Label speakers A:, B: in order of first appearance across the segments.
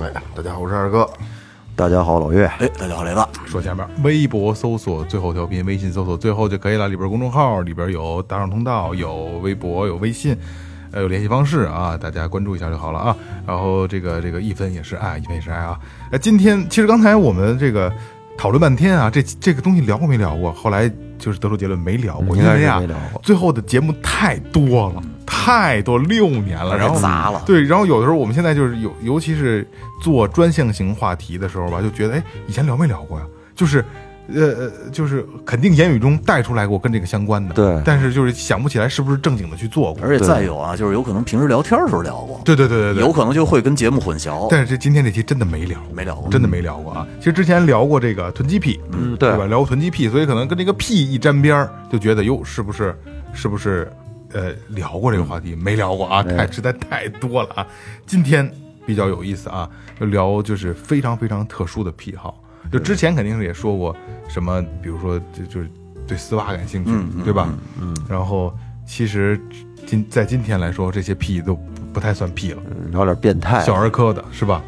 A: 哎，大家好，我是二哥。
B: 大家好，老岳，
C: 哎，大家好，雷子，
D: 说前面，微博搜索最后调频，微信搜索最后就可以了。里边公众号里边有打赏通道，有微博，有微信，呃，有联系方式啊，大家关注一下就好了啊。然后这个这个一分也是爱，一分也是爱啊。哎，今天其实刚才我们这个讨论半天啊，这这个东西聊过没聊过？后来就是得出结论没聊过，
B: 嗯应
D: 因
B: 该是
D: 为啊
B: 没聊过，
D: 最后的节目太多了，太多六年了，然后
C: 砸了
D: 对，然后有的时候我们现在就是有，尤其是做专项型话题的时候吧，就觉得哎，以前聊没聊过呀？就是，呃呃，就是肯定言语中带出来过跟这个相关的，
B: 对
D: 但是就是想不起来是不是正经的去做过。
C: 而且再有啊，就是有可能平时聊天的时候聊过，
D: 对对对对对，
C: 有可能就会跟节目混淆。
D: 但是这今天这期真的没聊，
C: 没聊过
D: 真的没聊过啊。其实之前聊过这个囤积癖，嗯，对吧？聊过囤积癖，所以可能跟这个癖一沾边儿，就觉得哟，是不是，是不是，呃，聊过这个话题？没聊过啊，太实在太多了啊。今天比较有意思啊，就聊就是非常非常特殊的癖好。就之前肯定是也说过什么，比如说就就是对丝袜感兴趣，对吧？嗯，然后其实今在今天来说，这些癖都不不太算癖了。
B: 聊点变态。
D: 小儿科的是吧？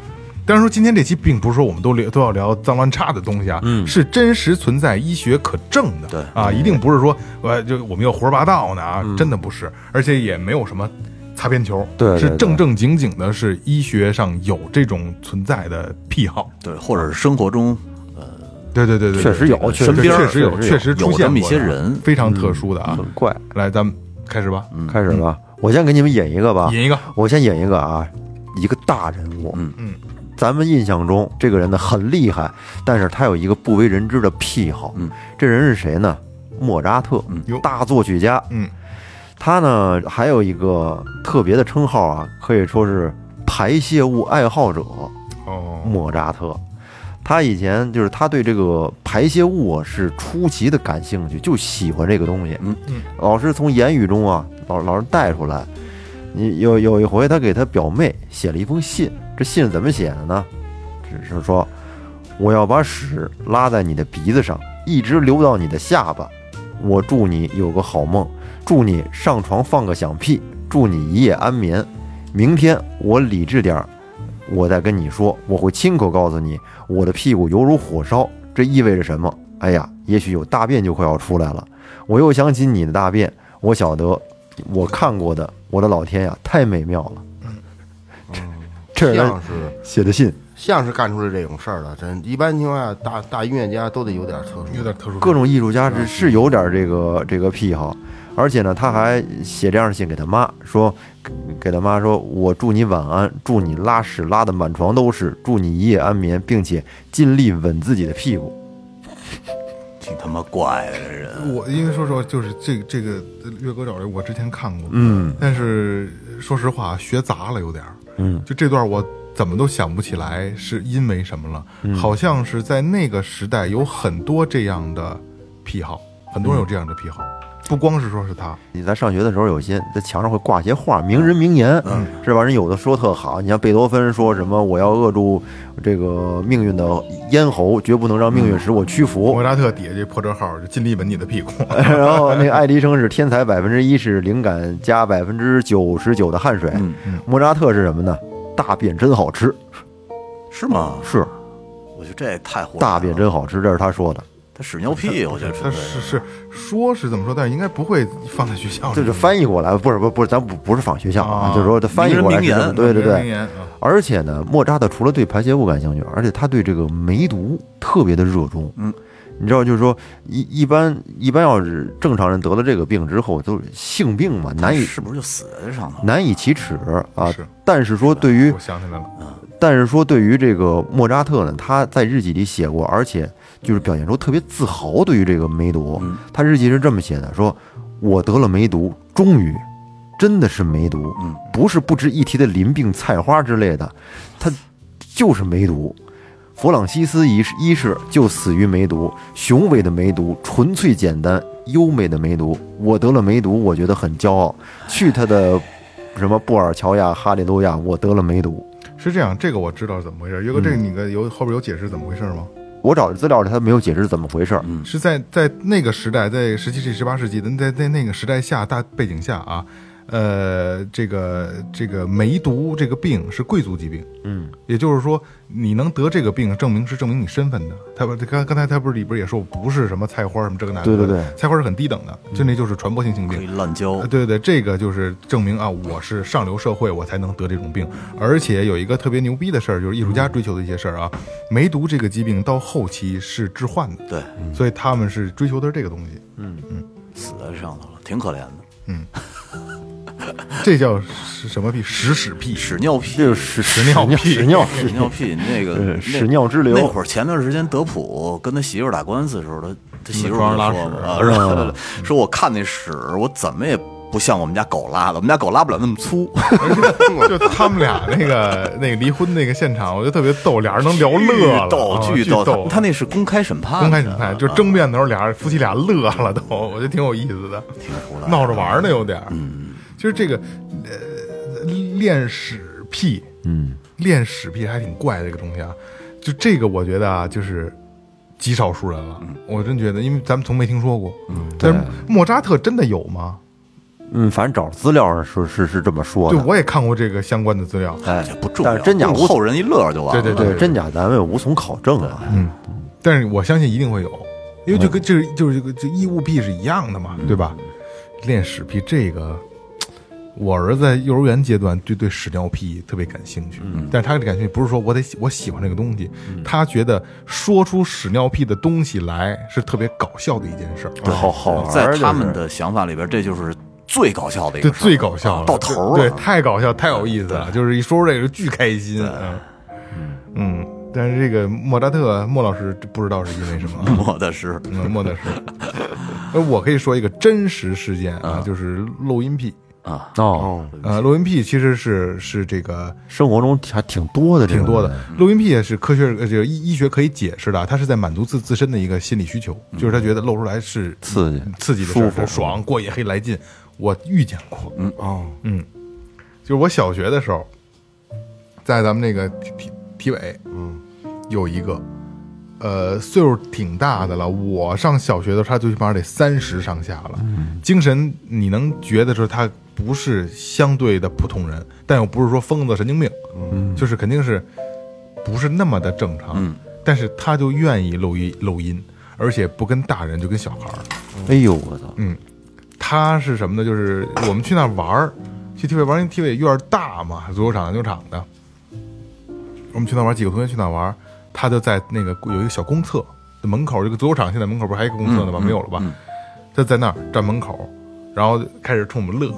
D: 当然说今天这期并不是说我们都聊都要聊脏乱差的东西啊，是真实存在、医学可证的，
C: 对
D: 啊，一定不是说呃就我们要胡说八道呢啊，真的不是，而且也没有什么擦边球，
B: 对对
D: 是正正经经的，是医学上有这种存在的癖好，
C: 对，或者是生活中
D: 对对对对，
B: 确实有
D: 对
B: 确实
D: 身边
C: 有
D: 确实有，
B: 确实有
D: 确实出
C: 有这
D: 现
C: 么
D: 过
C: 一些
D: 的
C: 人
D: 非常特殊的啊，
B: 很怪，
D: 来咱们开始吧，
B: 开始吧，我先给你们演一个吧，
D: 嗯引一个，
B: 我先演一个啊，一个大人物，
C: 嗯
D: 嗯，
B: 咱们印象中这个人呢很厉害，但是他有一个不为人知的癖好，
C: 嗯，
B: 这人是谁呢？莫扎特，
C: 嗯
D: 哟
B: 大作曲家，
D: 嗯，
B: 他呢还有一个特别的称号啊，可以说是排泄物爱好者，
D: 哦，
B: 莫扎特。他以前就是他对这个排泄物啊是出奇的感兴趣，就喜欢这个东西。
C: 嗯
D: 嗯，
B: 老师从言语中啊，老老师带出来。你有有一回，他给他表妹写了一封信，这信是怎么写的呢？只是说我要把屎拉在你的鼻子上，一直流到你的下巴。我祝你有个好梦，祝你上床放个响屁，祝你一夜安眠。明天我理智点儿，我再跟你说，我会亲口告诉你，我的屁股犹如火烧，这意味着什么？哎呀，也许有大便就快要出来了。我又想起你的大便，我晓得我看过的，我的老天呀，太美妙了。这这是他
A: 像是
B: 写的信，
A: 像是干出来这种事儿了，真一般情况下，大大音乐家都得有点特殊，
D: 有点特殊，
B: 各种艺术家是是有点这个这个癖好，而且呢，他还写这样的信给他妈，说给给他妈说，我祝你晚安，祝你拉屎拉的满床都是，祝你一夜安眠，并且尽力吻自己的屁股。
C: 挺他妈怪的这人，
D: 我因为说实话，就是这个这个呃月哥找这，我之前看过，
B: 嗯，
D: 但是说实话，学杂了有点儿，
B: 嗯，
D: 就这段我怎么都想不起来是因为什么了，
B: 嗯
D: 好像是在那个时代有很多这样的癖好，很
B: 嗯
D: 多人有这样的癖好，不光是说是他，
B: 你在上学的时候，有些在墙上会挂些话，名人名言，是吧？人有的说特好，你像贝多芬说什么“我要扼住这个命运的咽喉，绝不能让命运使我哎屈服”，
D: 莫扎特底下这破折号就尽力吻你的屁股，
B: 然后那个爱迪生是天才百分之一是灵感加百分之九十九的汗水，
C: 嗯
B: 莫扎特是什么呢？大便真好吃，
C: 是吗？
B: 是
C: 我觉得这也太火。
B: 大便，真好吃，这是他说的，
C: 他屎尿屁，我觉得
D: 他是是说是这么说，但是应该不会放在学校里，
B: 就是翻译过来，不是不是不是，咱不不是仿学校
D: 哦啊
B: 就是说他翻译过来是
C: 名人名
B: 这
C: 言
B: 么，对对
D: 名
B: 对。
D: 言啊
B: 而且呢，莫扎特除了对排泄物感兴趣，而且他对这个梅毒特别的热衷。
C: 嗯，
B: 你知道，就是说一一般一般要是正常人得了这个病之后，都是性病嘛，难以
C: 是不是就死在这上头？
B: 难以启齿啊
D: 是。
B: 但是说对于
D: 我想起来了，
B: 但是说对于这个莫扎特呢，他在日记里写过，而且就是表现出特别自豪对于这个梅毒。
C: 嗯
B: 他日记是这么写的：说我得了梅毒，终于，真的是梅毒，
C: 嗯
B: 不是不值一提的淋病、菜花之类的。他就是梅毒。弗朗西斯一世一世就死于梅毒，雄伟的梅毒，纯粹简单优美的梅毒。我得了梅毒，我觉得很骄傲。去他的什么布尔乔亚、哈利路亚，我得了梅毒。
D: 是这样，这个我知道是怎么回事。岳哥，这个
B: 嗯
D: 你个有后边有解释怎么回事吗？
B: 我找的资料，他没有解释怎么回事儿。
D: 是在在那个时代，在十七世纪、十八世纪的在在那个时代下大背景下啊，呃，这个这个梅毒这个病是贵族疾病，
B: 嗯，
D: 也就是说你能得这个病，证明是证明你身份的。他不，刚刚才他不是里边也说我不是什么菜花什么这个那个，
B: 对对对，嗯
D: 菜花是很低等的，就那就是传播性性
C: 可以
D: 病。
C: 滥交
D: 呃，对对，这个就是证明啊，我是上流社会，我才能得这种病。而且有一个特别牛逼的事儿，就是艺术家追求的一些事儿啊。梅毒这个疾病到后期是致幻的，
C: 对，
D: 所以他们是追求的是这个东西，
C: 死在上头了，挺可怜的，
D: 这叫是什么屁？屎屎 屁！
C: 屎尿屁，哦
B: 这就是屎
D: 屎尿屁
B: 屎尿
C: 屎尿屁，那个
B: 呃
C: 那
B: 屎尿之流
C: 那会儿前段时间德普跟他媳妇儿打官司的时候，他他媳妇
D: 床
C: 儿
D: 上拉
C: 就
D: 屎
C: 说嘛啊说，
B: 嗯
C: 说我看那屎，我怎么也不像我们家狗拉的，我们家狗拉不了那么粗。
D: 就他们俩那个那个离婚那个现场，我觉得特别逗，俩人能聊乐了，
C: 逗
D: 啊
C: 巨
D: 逗。
C: 逗，他他那是公开审判的，
D: 公开审判，就争辩的时候，俩人夫妻俩乐了都，我觉得挺有意思的，挺
C: 胡来
D: 闹着玩儿的有点。嗯，其实这个呃，恋屎癖，嗯，恋屎癖还挺怪的这个东西啊。就这个，我觉得啊，就是极少数人了，我真觉得，因为咱们从没听说过。嗯，但是莫扎特真的有吗？
B: 嗯，反正找资料上是是是这么说
D: 对，
B: 的。
D: 我也看过这个相关的资料。
C: 哎，这不重
B: 但
C: 要，
B: 是真假
C: 弄
B: 无
C: 后人一乐就完了。
D: 对
B: 对真假咱们也无从考证啊。
D: 但是我相信一定会有，因为就跟这就是这个这义务癖是一样的嘛，对吧？恋屎癖这个，我儿子在幼儿园阶段就对屎尿屁特别感兴趣，但是他的感兴趣不是说我得喜我喜欢这个东西，他觉得说出屎尿屁的东西来是特别搞笑的一件事儿，
C: 嗯
B: 好好玩儿
C: 在
B: 就是
C: 他们的想法里边，这就是最搞笑的一
D: 这
C: 个事儿，
D: 最搞笑了，
C: 到头
D: 对，
C: 了
D: 对。太搞笑，太有意思了，就是一说这个就巨开心，嗯嗯。但是这个莫扎特莫老师不知道是因为什么 啊，
C: 我的是
D: 嗯，莫的是。 呃，我可以说一个真实事件啊，就是录音癖。
C: 啊，
B: 哦，
D: 呃，录音癖其实是是这个
B: 生活中还挺多的，
D: 挺多的。，录音癖也是科学呃这个医医学可以解释的啊，它是在满足自自身的一个心理需求，就是他觉得露出来是嗯
B: 刺激
D: 刺激的事
B: 舒
D: 儿，
B: 服
D: 是爽、过瘾、嘿来劲。我遇见过，嗯哦，嗯，就是我小学的时候，在咱们那个体体体委，嗯，有一个，呃，岁数挺大的了。我上小学的时候，他最起码得三十上下了，精神你能觉得说他不是相对的普通人，但又不是说疯子、神经病，嗯，就是肯定是不是那么的正常，嗯，但是他就愿意露音露音，而且不跟大人，就跟小孩儿。
B: 哎呦我操！
D: 他是什么呢？就是我们去那儿玩儿，去 TV 玩儿，因为 TV 院儿大嘛，足球场、篮球场的。我们去那儿玩儿，几个同学去那儿玩儿，他就在那个有一个小公厕门口，这个足球场现在门口不是还有一个公厕呢吗？没有了吧？他在那儿站门口，然后开始冲我们乐。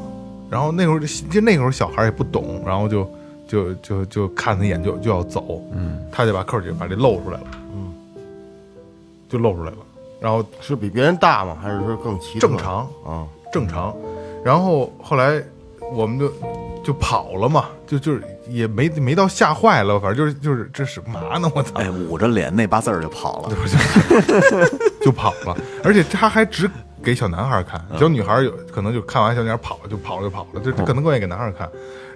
D: 然后那会儿就那会儿小孩儿也不懂，然后就就就就看他一眼就就要走，嗯，他就把扣儿就把这露出来了，嗯，就露出来了。然后
A: 是比别人大吗？还是说更奇特？
D: 正常
A: 啊，
D: 正常。然后后来我们就就跑了嘛，就就是也没没到吓坏了，反正就是就是这是嘛呢？我操！
C: 哎，捂着脸那八字儿就跑了，
D: 就跑了，而且他还只给小男孩看，小女孩有可能就看完小女孩跑就跑了就跑了，就就可能更愿意给男孩看。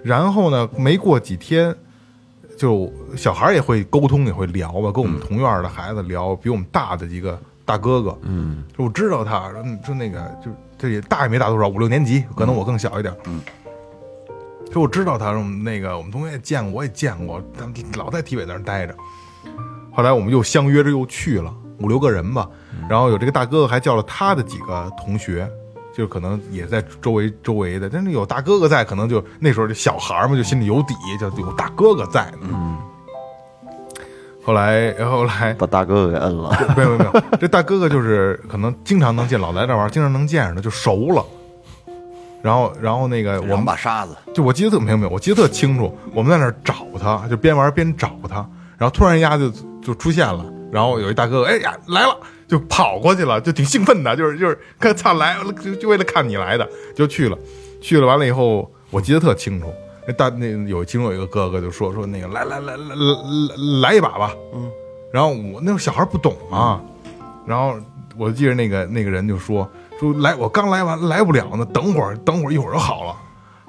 D: 然后呢，没过几天，就小孩也会沟通，也会聊吧，跟我们同院的孩子聊，比我们大的一个大哥哥，嗯，就我知道他说嗯说那个就这也大也没大多少，五六年级，可能我更小一点，嗯。说我知道他，说我们那个我们同学也见过，我也见过，他们老在体委那儿待着。后来我们又相约着又去了五六个人吧，然后有这个大哥哥还叫了他的几个同学，就是可能也在周围周围的，但是有大哥哥在，可能就那时候这小孩儿嘛，就心里有底，就有大哥哥在呢。后来，后来
B: 把大哥给摁了，
D: 没有没有，没有，这大哥哥就是可能经常能见，老来这玩儿，经常能见着的就熟了。然后，然后那个我
C: 两
D: 们
C: 把沙子，
D: 就我记得特明白，我记得特清楚。我们在那儿找他，就边玩边找他，然后突然丫就就出现了，然后有一大哥，哎呀来了，就跑过去了，就挺兴奋的，就是就是看操来了，就就为了看你来的，就去了，去了完了以后，我记得特清楚。那大那有其中有一个哥哥就说说那个来来来来来来一把吧，嗯，然后我那时候小孩不懂啊，然后我记得那个那个人就说说来我刚来完来不了呢，等会儿等会儿一会儿就好了，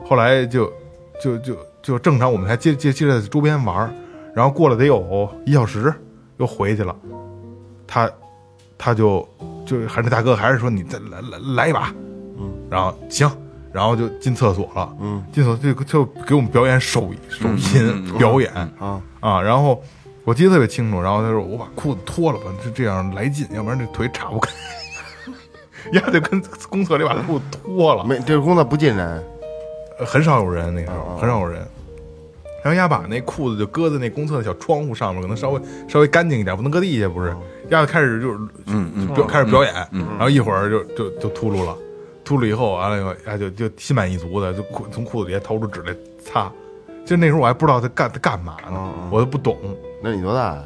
D: 后来就就就就正常我们还接接接着在周边玩儿，然后过了得有一小时又回去了，他他就就还是那大哥还是说你再来来来一把，嗯，然后行，然后就进厕所了，嗯，进厕所就就给我们表演手手淫表演啊啊，然后我记得特别清楚，然后他说我把裤子脱了吧，这这样来劲，要不然这腿岔不开， 丫就跟公厕里把裤子脱了，
A: 没这个工作不进人，
D: 呃很少有人那个时
B: 哦
D: 候，很少有人。然后丫把那裤子就搁在那公厕的小窗户上面，可能稍微稍微干净一点，不能搁地下，不
B: 哦
D: 是？丫就开始就是嗯表开始表演，
B: 嗯
D: 然后一会儿就就就秃噜了，秃噜以后完了以后，丫就就心满意足的就裤从裤子底下掏出纸来擦。就那时候我还不知道他干他干嘛
B: 哦
D: 呢，我都不懂。
A: 那你多
D: 哦
A: 大？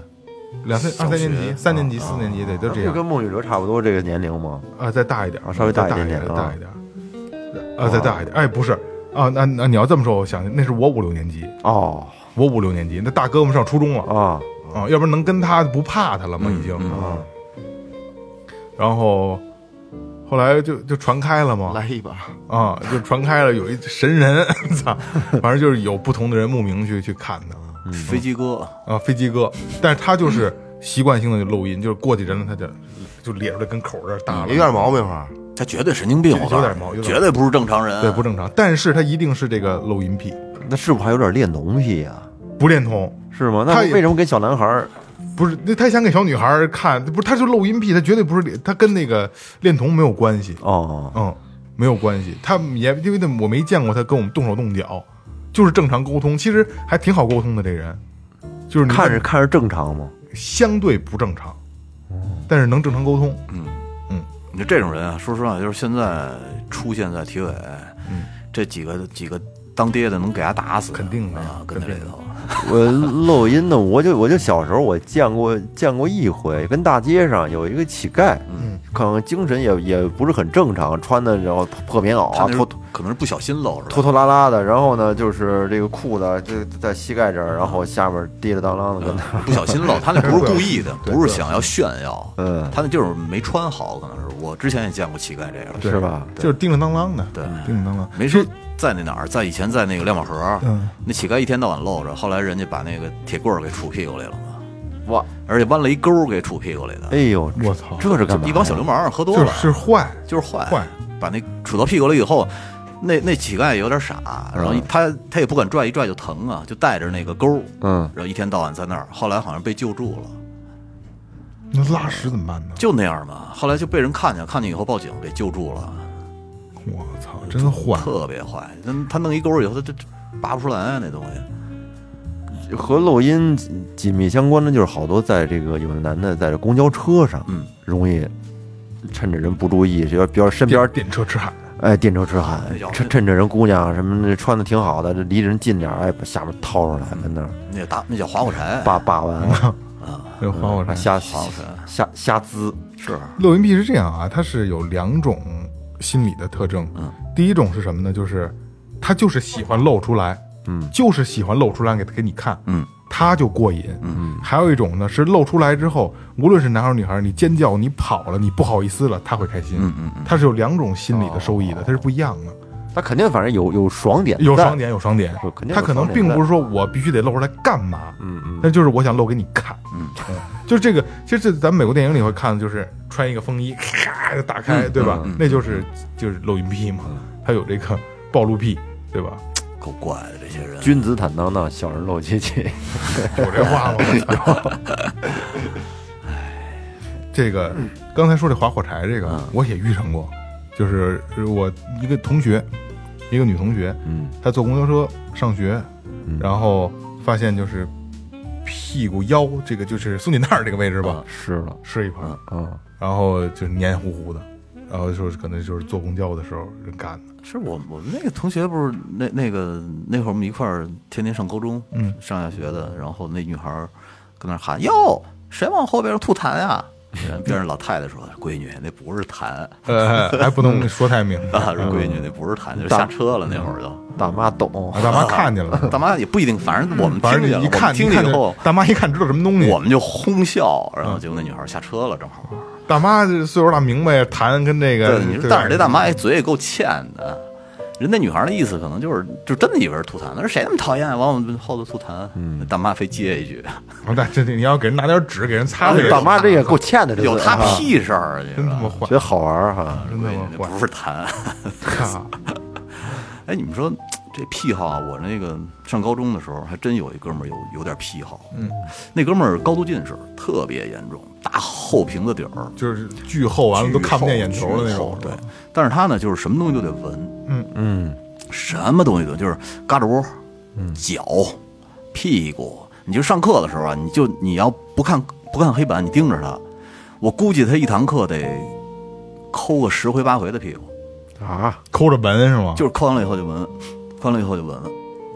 D: 两三二三年
B: 啊
D: 级、三年级、四年级得就这
B: 就跟
D: 样
B: 孟雨哲差啊不多这个年龄吗？
D: 啊，再大一点
B: 啊，稍微
D: 再
B: 大一
D: 大
B: 点哦
D: 再
B: 点
D: 大
B: 啊
D: 一点，啊，再大一点。哎，不是啊，那那你要这么说，我想起那是我五六年级，
B: 哦
D: 我五六年级，那大哥们上初中了
B: 啊，
D: 啊，要不然能跟他不怕他了吗？已经
A: 嗯
D: 啊。然后后来就就传开了嘛，
A: 来一把，
D: 啊，就传开了，有一神人， 操，反正就是有不同的人慕名去去看他
B: 嗯
C: 飞机哥，
D: 啊，飞机哥，但是他就是习惯性的就录音，就是过去人了他就就咧出来跟口儿这儿大
A: 嗯有
D: 了。
A: 点毛病啊吧？
C: 他绝对神经病，
D: 有
C: 我告诉
D: 有点毛有
C: 你，
D: 点
C: 绝对不是正常人。
D: 对，不正常，但是他一定是这个漏音癖，
B: 那是不是还有点恋童癖呀？
D: 不恋童，
B: 是吗？
D: 他
B: 那
D: 也
B: 为什么跟小男孩儿
D: 不是，那他想给小女孩儿看，不是，他就漏音癖，他绝对不是恋，他跟那个恋童没有关系，
B: 哦
D: 嗯，没有关系。他也因为那我没见过他跟我们动手动脚，就是正常沟通，其实还挺好沟通的这人，就是你
B: 看着看着正常吗？
D: 相对不正常，但是能正常沟通，
C: 你说这种人啊，说实话，就是现在出现在体委，这几个几个当爹的能给他打死，
D: 嗯肯定的
C: 啊，跟在里头。
B: 我漏音的，我就我就小时候我见过见过一回，跟大街上有一个乞丐，嗯，可能精神也也不是很正常，穿的然后破棉袄
C: 他
B: 啊，
C: 那是
B: 脱
C: 可能是不小心漏着，
B: 拖拖拉拉的，然后呢就是这个裤子就在膝盖这儿，然后下面滴了当啷的跟那儿，
C: 不小心漏，他 那不是故意的，不是想要炫耀，
B: 嗯
C: 他那就是没穿好，可能是我之前也见过乞丐这样，
D: 对
B: 是吧？
D: 就是叮铃当啷的，
C: 对
D: 叮铃当啷。
C: 没说在那哪儿，在以前在那个亮马河，
D: 嗯
C: 那乞丐一天到晚露着，后来人家把那个铁棍儿给杵屁股来了嘛，
B: 哇，
C: 而且弯了一钩儿给杵屁股来的，
B: 哎呦，
D: 我操
B: 这是干嘛
C: 就
B: 呀？
C: 一帮小流氓喝多
D: 就
C: 了，
D: 是坏，
C: 就是坏，
D: 坏
C: 把那杵到屁股了以后，那那乞丐也有点傻，然后一他他也不敢拽，一拽就疼啊，就带着那个钩，
B: 嗯，
C: 然后一天到晚在那儿，后来好像被救助了，
D: 那拉屎怎么办呢？
C: 就那样嘛，后来就被人看见，看见以后报警给救助了，
D: 我操，真坏！
C: 特别坏，他他弄一钩儿以后，他这这拔不出来啊，那东西，
B: 和漏音紧紧密相关的就是好多在这个有的男的在这公交车上，
C: 嗯，
B: 容易趁着人不注意，就比如身边
D: 电车痴汉，
B: 哎，电车痴汉
C: 哎呦，这
B: 趁趁着人姑娘什么的穿的挺好的，这离人近点儿，哎，把下面掏出来，跟那儿
C: 那叫打那叫划火柴，
B: 扒扒完，
D: 还有花火
C: 哎
B: 啊
D: 山。
B: 瞎
C: 划火柴
B: 瞎瞎滋，
C: 是
D: 漏音癖是这样啊，它是有两种心理的特征。
C: 嗯，
D: 第一种是什么呢？就是他就是喜欢露出来，
B: 嗯，
D: 就是喜欢露出来给给你看，
C: 嗯，
D: 他就过瘾。嗯，还有一种呢是露出来之后，无论是男孩女孩，你尖叫，你跑了，你不好意思了，他会开心。嗯嗯，他是有两种心理的收益的，它是不一样的。
B: 他肯定反正有有爽点，
D: 有爽，点，有爽点
B: 有肯，定有
D: 他可能
B: 爽点
D: 并
B: 在
D: 不是说我必须得露出来干嘛，嗯嗯，但就是我想露给你看，嗯，就是这个，其实这咱们美国电影里会看的就是穿一个风衣，咔就打开，对吧？那就是就是露阴癖嘛，他有这个暴露癖，对吧？
C: 够怪的这些人，
B: 君子坦荡荡，小人露 怯怯，
D: 有这话吗？我操这个刚才说这划火柴这个，我也遇上过，就是我一个同学，一个女同学，
B: 嗯，
D: 她坐公交车上学，然后发现就是屁股腰这个就是松紧带儿这个位置吧，
B: 是了，
D: 是一块儿，
B: 啊，
D: 然后就是黏糊糊的，然后就是可能就是坐公交的时候人干的，
C: 是我我们那个同学不是那那个那会儿我们一块儿天天上高中，
D: 嗯
C: 上下学的，然后那女孩儿跟那儿喊哟，谁往后边儿吐痰呀、人边上老太太说：“闺女，那不是痰
D: 呃， 还不能说太明白，
C: 啊，说闺女那不是痰，就下车了那会儿就。
B: 大妈懂，
D: 啊大妈看见 了，
C: 大妈也不一定，反正我们
D: 嗯反
C: 听
D: 正
C: 见了，
D: 你一
C: 我
D: 看
C: 们听
D: 你
C: 见
D: 看就嗯
C: 以后，
D: 大妈一看知道什么东西，
C: 我们就哄笑，然后结果那女孩下车了，正好。
D: 大妈这岁数大，明白谈跟这个
C: 对，你说，
D: 对吧
C: 但是这大妈也嘴也够欠的。人那女孩的意思可能就是，就真的以为是吐痰，那谁那么讨厌，啊往我们后头吐痰？
D: 嗯
C: 那大妈非接一句，
D: 哦但这你要给人拿点纸给 人擦
B: 这
D: 擦，
B: 大妈这也够欠的，这
C: 有
B: 是
C: 她
B: 啊
C: 屁事儿啊！你
D: 嗯真他
C: 说，
D: 妈 坏
B: 觉，得好玩儿哈。
D: 真他妈
C: 那
D: 坏啊
C: 不，是痰。
D: 靠！
C: 哎，你们说这癖好啊，我那个上高中的时候，还真有一哥们儿有有点癖好。嗯，那哥们儿高度近视，特别严重，大厚瓶子底儿，
D: 就是巨厚，完了都看不见眼球了那种。
C: 巨厚对，但是他呢，就是什么东西都得闻，
D: 嗯
C: 嗯，什么东西都就是胳肢窝、脚、屁股。你就上课的时候啊，你就你要不看不看黑板，你盯着他，我估计他一堂课得抠个十回八回的屁股，
B: 啊，
D: 抠着闻是吗？
C: 就是抠完了以后就闻， 抠完了以后就闻，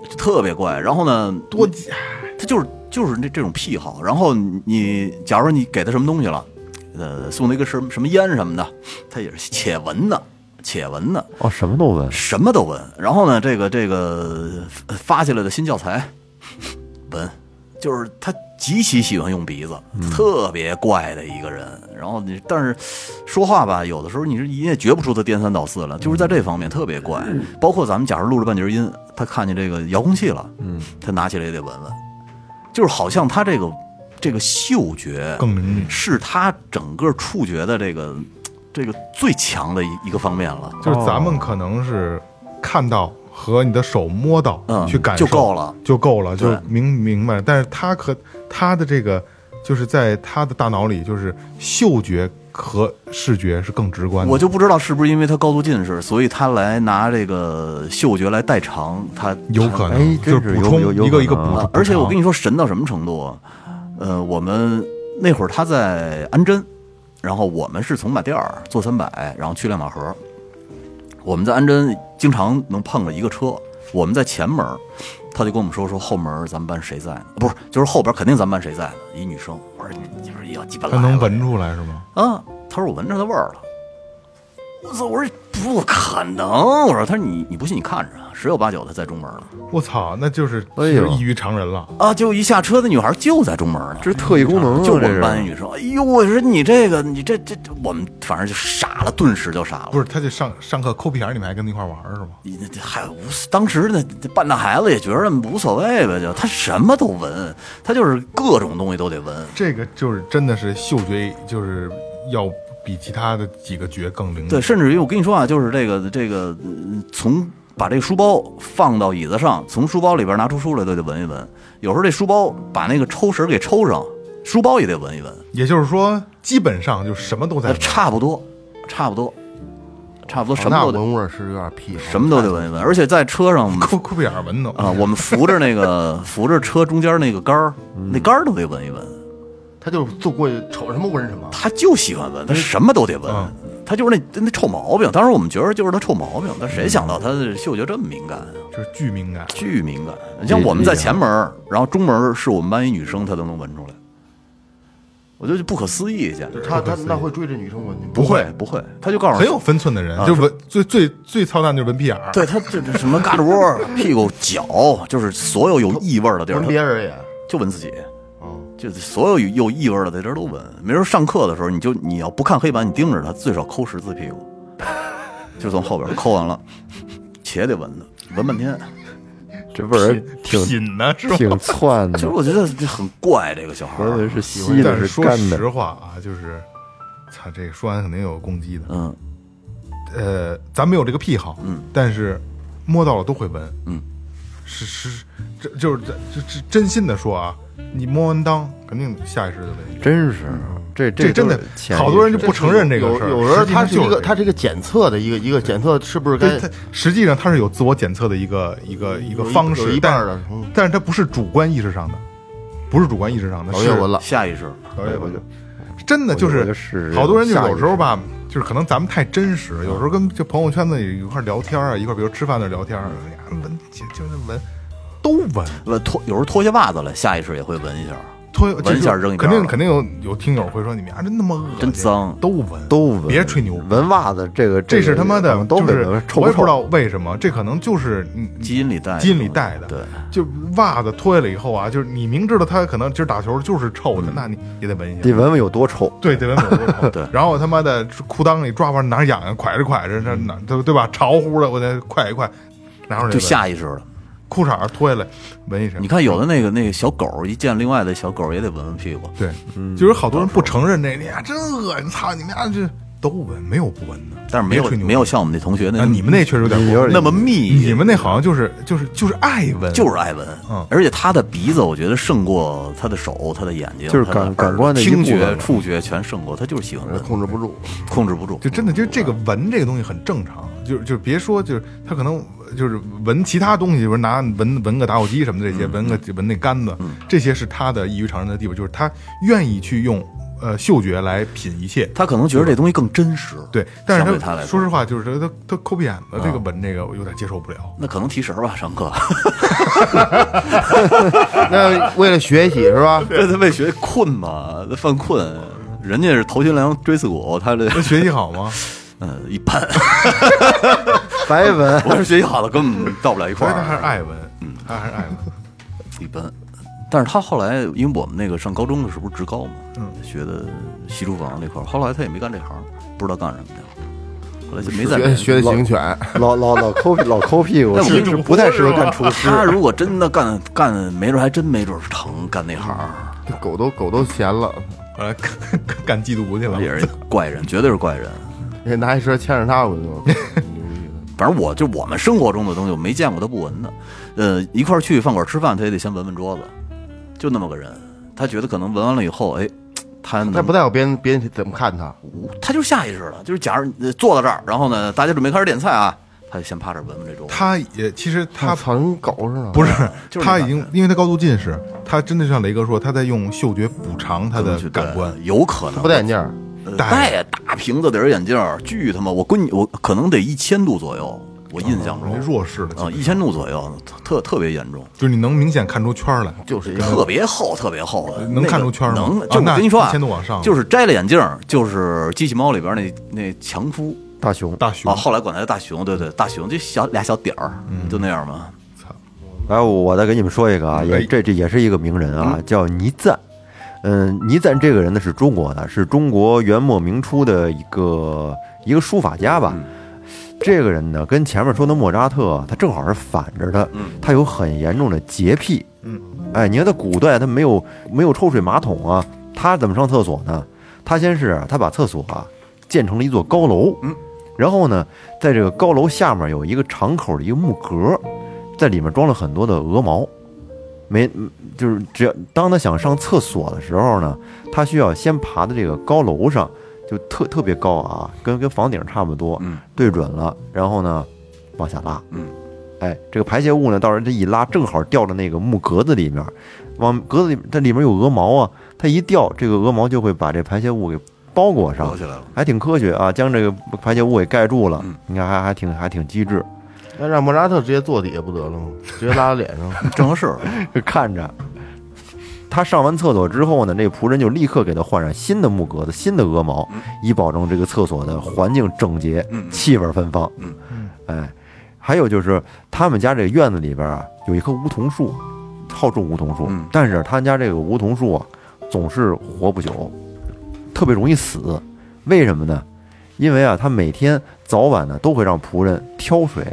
C: 就特别怪。然后呢，
D: 多假
C: 他就是就是那这种癖好。然后你你假如你给他什么东西了，呃，送他一个什么什么烟什么的，他也是且闻呢，且闻呢，
B: 哦，什么都闻，
C: 什么都闻。然后呢，这个这个呃发下来的新教材 闻，就是他极其喜欢用鼻子，
D: 嗯
C: 特别怪的一个人。然后你但是说话吧，有的时候你是你也觉不出他颠三倒四
D: 嗯
C: 了，就是在这方面特别怪。包括咱们假如录了半截音，他看见这个遥控器了，嗯，他拿起来也得闻闻，就是好像他这个这个嗅觉
D: 更灵敏，
C: 是他整个触觉的这个这个最强的一一个方面了。
D: 就是咱们可能是看到和你的手摸到
C: 嗯
D: 去感受
C: 就够了，
D: 就够了，就
C: 对
D: 明明白。但是他可他的这个就是在他的大脑里，就是嗅觉和视觉是更直观的。
C: 我就不知道是不是因为他高度近视，所以他来拿这个嗅觉来代偿他。
D: 有可能、
B: 哎
D: 就是
B: 真是
D: 补
B: 有
D: 充
B: 有有
D: 一个
B: 可
D: 一个
B: 能
D: 补
B: 啊
D: 充
C: 啊，，而且我跟
D: 你
C: 你说神到什么程度啊？呃，我们那会儿他在安贞，然后我们是从马甸儿坐三百，然后去亮马河。我们在安贞经常能碰着一个车，我们在前门儿，他就跟我们说说后门儿咱们班谁在呢？不是，就是后边儿肯定咱们班谁在呢？一女生，我说你就是要鸡巴来
D: 他
C: 了，
D: 能闻出来是吗？
C: 啊，他说我闻着他味儿了。我操！我说不可能！哦我说他说你你不信你看着啊，十有八九他在中门了
D: 我操，那就是
B: 哎呦
D: 就是异于常人了。
C: 啊！就一下车，那女孩就在中门呢，
B: 这是特异功能啊，
C: 就我
B: 这
C: 们班
B: 是。
C: 女生。哎呦，我说你这个你这这，这我们反正就傻了，顿时就傻了。
D: 不是，他就上上课抠屁眼儿，你们还跟他一块儿玩儿是吗？
C: 你那这还无所，当时那那半大孩子也觉得无所谓呗，就他什么都闻，他就是各种东西都得闻。
D: 这个就是真的是嗅觉，就是要比其他的几个觉更灵敏。
C: 对，甚至于我跟你说啊，就是这个这个，嗯从把这个书包放到椅子上，从书包里边拿出书来都得闻一闻。有时候这书包把那个抽绳给抽上，书包也得闻一闻。
D: 也就是说，基本上就什么都在
C: 呃
D: 闻。
C: 差不多，差不多，差不多什么
A: 那
C: 都得
A: 闻味儿是有点屁，
C: 什么都得闻一闻。而且在车上我们
D: 抠抠屁眼儿闻的
C: 啊，我们扶着那个扶着车中间那个杆儿，那杆儿都得闻一闻。
A: 他就是坐过去瞅什么闻什么。
C: 他就喜欢闻，他什么都得闻，他就是那那臭毛病。当时我们觉得就是他臭毛病，但谁想到他的嗅觉这么敏感啊？
D: 就是巨敏感。
C: 巨敏感。你像我们在前门儿，然后中门儿是我们班一女生，她都能闻出来，我觉得不可思议，简直
A: 他他那会追着女生闻去吗？
C: 不会不会，她就告诉
D: 很
C: 你
D: 有分寸的
A: 啊
D: 人，就闻最最最操蛋就是闻屁眼 儿。
C: 对她这这什么胳肢窝、屁股、脚，就是所有有异味儿的地儿，
A: 闻
C: 她
A: 别人也。
C: 就闻自己。
A: 哦，
C: 就是所有有异味儿的在这儿都闻。没时候上课的时候，你就你要不看黑板，你盯着他，最少抠十次屁股， 就从后边抠完了，且得闻呢，闻半天。
B: 这味儿挺
D: 品呢是吧？
B: 挺窜
C: 就是
B: 的，
C: 我觉得这很怪，这个小孩
B: 闻
C: 儿，
B: 闻是稀
D: 但
B: 的，
D: 是
B: 是
D: 说
B: 干
D: 实
B: 的。
D: 话啊，就是，操，这个说完肯定有攻击的。
C: 嗯，
D: 呃，咱没有这个癖好，
C: 嗯，
D: 但是摸到了都会闻，
C: 嗯，
D: 是是，这就是这这这真心的说啊，你摸完�裆肯定下意识就闻。
B: 真是，这
D: 嗯这真
B: 都
D: 的
B: 是潜意识
D: 好多人就不承认这个事儿
A: 有有人他
D: 实
A: 是
D: 际上就
A: 一
D: 是
A: 个，他是一个检测的一个一个检测，是不是该
D: 对，它实际上它是有自我检测的一个一个一个
A: 有一
D: 方
A: 有
D: 式，
A: 一
D: 但
A: 半儿的嗯
D: 但是它不是主观意识上的，不是主观意识上的，
A: 老
D: 是
A: 岳哦闻了？
C: 下意识。
D: 导演，我就真的就
B: 我就是是
D: 好多人就
B: 下意识
D: 有时候吧，就是可能咱们太真实，有时候跟就朋友圈子里一块儿聊天啊，一块儿比如吃饭的聊天啊，哎呀闻就就是闻，都闻，
C: 呃，脱有时候脱下袜子来，下意识也会闻一下。
D: 脱
C: 闻一下扔一边
D: 肯
C: 儿
D: 定
C: 了
D: 肯定有有听友会说你们家真他妈恶心，
C: 真脏
D: 都闻
B: 都闻
D: 别吹牛逼
B: 闻袜子这个
D: 这
B: 个
D: 是他妈的，
B: 都
D: 就
B: 得
D: 是
B: 闻臭
D: 我也不
B: 臭
D: 知道为什么，这可能就是嗯
C: 基因里带的
D: 基因里带的，
C: 对，
D: 就袜子脱下来以后啊，就是你明知道它可能今儿打球就是臭的，那你也得闻一
B: 得
D: 下。
B: 闻闻有多臭。
D: 对，得闻闻多臭。
C: 对
D: 然后他妈的裤裆里抓吧，哪儿痒痒，蒯着蒯着，这哪对对吧？潮乎的，我再快一快，拿出来
C: 嗯就
D: 闻
C: 下意识了。
D: 裤衩脱下来闻一声。
C: 你看有的那个那个小狗，一见另外的小狗也得闻闻屁股。
D: 对，
C: 嗯
D: 就有好多人不承认这，你呀真恶心，操你们家这都闻，没有不闻的，
C: 但是没有
D: 别吹牛
C: 没有像我们那同学那
D: 啊，你们那确实有点过分
C: 那么密，
D: 你们那好像就是就是就是爱闻，
C: 就是爱闻
D: 嗯，
C: 而且他的鼻子我觉得胜过他的手、他的眼睛，
B: 就是
C: 他的
B: 感
C: 耳
B: 感官的一
C: 听
B: 部分
C: 觉、
B: 了
C: 触觉全胜过，他就是喜欢闻，
A: 控制不住。
C: 控制不住
D: 就。真的就这个闻这个东西很正常，就就别说就是他可能就是闻其他东西，比如拿闻闻个打火机什么的
C: 嗯
D: 这些，闻个闻那杆子，这些是他的异于常人的地方，就是他愿意去用呃嗅觉来品一切。
C: 他可能觉得这东西更真实，
D: 对，但
C: 相
D: 是
C: 对他来
D: 说实话，就是他他他抠鼻眼子这个闻这个，我有点接受不了。
C: 那可能提神儿吧，上课
A: 那为了学习是 吧？
C: 这他为学困嘛，那犯困。人家是头悬梁锥刺股，他 这
D: 那学习 好吗？
C: 嗯一般。
B: 白闻
C: 我是学习好的，根本到不了一块
D: 所以他还
C: 儿，
D: 是爱闻，嗯，他还是爱闻。
C: 一般。但是他后来，因为我们那个上高中的时候不是职高嘛，
D: 嗯
C: 学的西厨房那块儿，后来他也没干这行，不知道干什么去了，后来就没在
A: 学学的警犬，
B: 老老老抠屁老抠屁股，
C: 但我
B: 其实不太适合干厨师。
C: 他如果真的干干，没准还真没准成干那 行，
A: 狗都狗都闲了，
D: 后来 干干干缉毒
A: 哦
D: 去了，
C: 也是怪人，绝对是怪人。
A: 那 拿一车牵着它，我就
C: 反正我就我们生活中的东西，我没见过他不闻的。呃，一块儿去饭馆吃饭，他也得先闻闻桌子，就那么个人。他觉得可能闻完了以后，哎，他能
A: 它不在乎别人别人怎么看它。
C: 他就下意识了，就是假如呃坐到这儿，然后呢，大家准备开始点菜啊，他就先趴这儿闻闻这桌子。
D: 他也其实他
A: 我操，跟狗似的。
D: 不是，
C: 啊就是
D: 他
C: 那
D: 已经，因为他高度近视，他真的像雷哥说，他在用嗅觉补偿他的
C: 去
D: 感官。
C: 有可能
A: 不戴眼镜儿，
C: 呃
D: 戴
C: 戴大瓶子的人眼镜儿，巨他妈！我闺女我可能得一千度左右，我印象
D: 容
C: 中
D: 易弱视了，
C: 啊，一千度左右，特特别严重，
D: 就是你能明显看出圈来，
A: 就是一
C: 特
A: 个
C: 别厚，特别厚的，
D: 能看出圈
C: 那
D: 吗
C: 个能，
D: 啊
C: 就我
D: 那
C: 跟你说啊，
D: 一千度往上
C: 就是摘了眼镜儿，就是机器猫里边那那强夫
B: 大熊，
D: 大熊
C: 啊，，后来管他叫大熊，嗯对对，大熊就小俩小点儿，就那样嘛。
B: 哎，我再给你们说一个啊，
D: 哎
B: 也这这也是一个名人啊，叫倪瓒。嗯，倪瓒这个人呢是中国的，是中国元末明初的一个一个书法家吧。
D: 嗯
B: 这个人呢，跟前面说的莫扎特，啊他正好是反着的，他有很严重的洁癖。
D: 嗯，
B: 哎，你看他古代他没有没有抽水马桶啊，他怎么上厕所呢？他先是他把厕所啊建成了一座高楼，嗯，然后呢，在这个高楼下面有一个敞口的一个木格，在里面装了很多的鹅毛，没嗯就是只要当他想上厕所的时候呢，他需要先爬到这个高楼上，就特特别高啊，跟跟房顶差不多，
C: 嗯，
B: 对准了，然后呢往下拉，
C: 嗯，
B: 哎，这个排泄物呢，到时候这一拉，正好掉到那个木格子里面，往格子里它里面有鹅毛啊，它一掉，这个鹅毛就会把这排泄物给包裹上
C: 包，起来了，
B: 还挺科学啊，将这个排泄物给盖住了。你看还还挺还挺机智，
A: 那让莫扎特直接坐底下不得了吗？直接拉到脸 上，
C: 正合适。嗯
B: 就 看着。他上完厕所之后呢，那仆人就立刻给他换上新的木格子、新的鹅毛，以保证这个厕所的环境整洁、气味芬芳。
C: 嗯
B: 哎，还有就是他们家这个院子里边啊，有一棵梧桐树，好种梧桐树，
C: 嗯
B: 但是他们家这个梧桐树啊，总是活不久，特别容易死。为什么呢？因为啊，他每天早晚呢都会让仆人挑水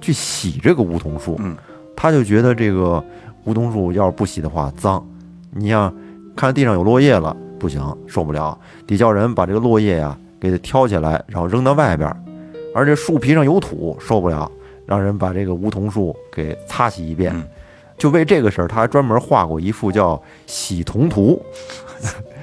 B: 去洗这个梧桐树，
C: 嗯
B: 他就觉得这个梧桐树要是不洗的话脏，你像看地上有落叶了，不行，受不了，得叫人把这个落叶呀、给它挑起来，然后扔到外边儿，而且树皮上有土，受不了，让人把这个梧桐树给擦洗一遍。
C: 嗯
B: 就为这个事儿，他还专门画过一 幅叫《洗桐图》，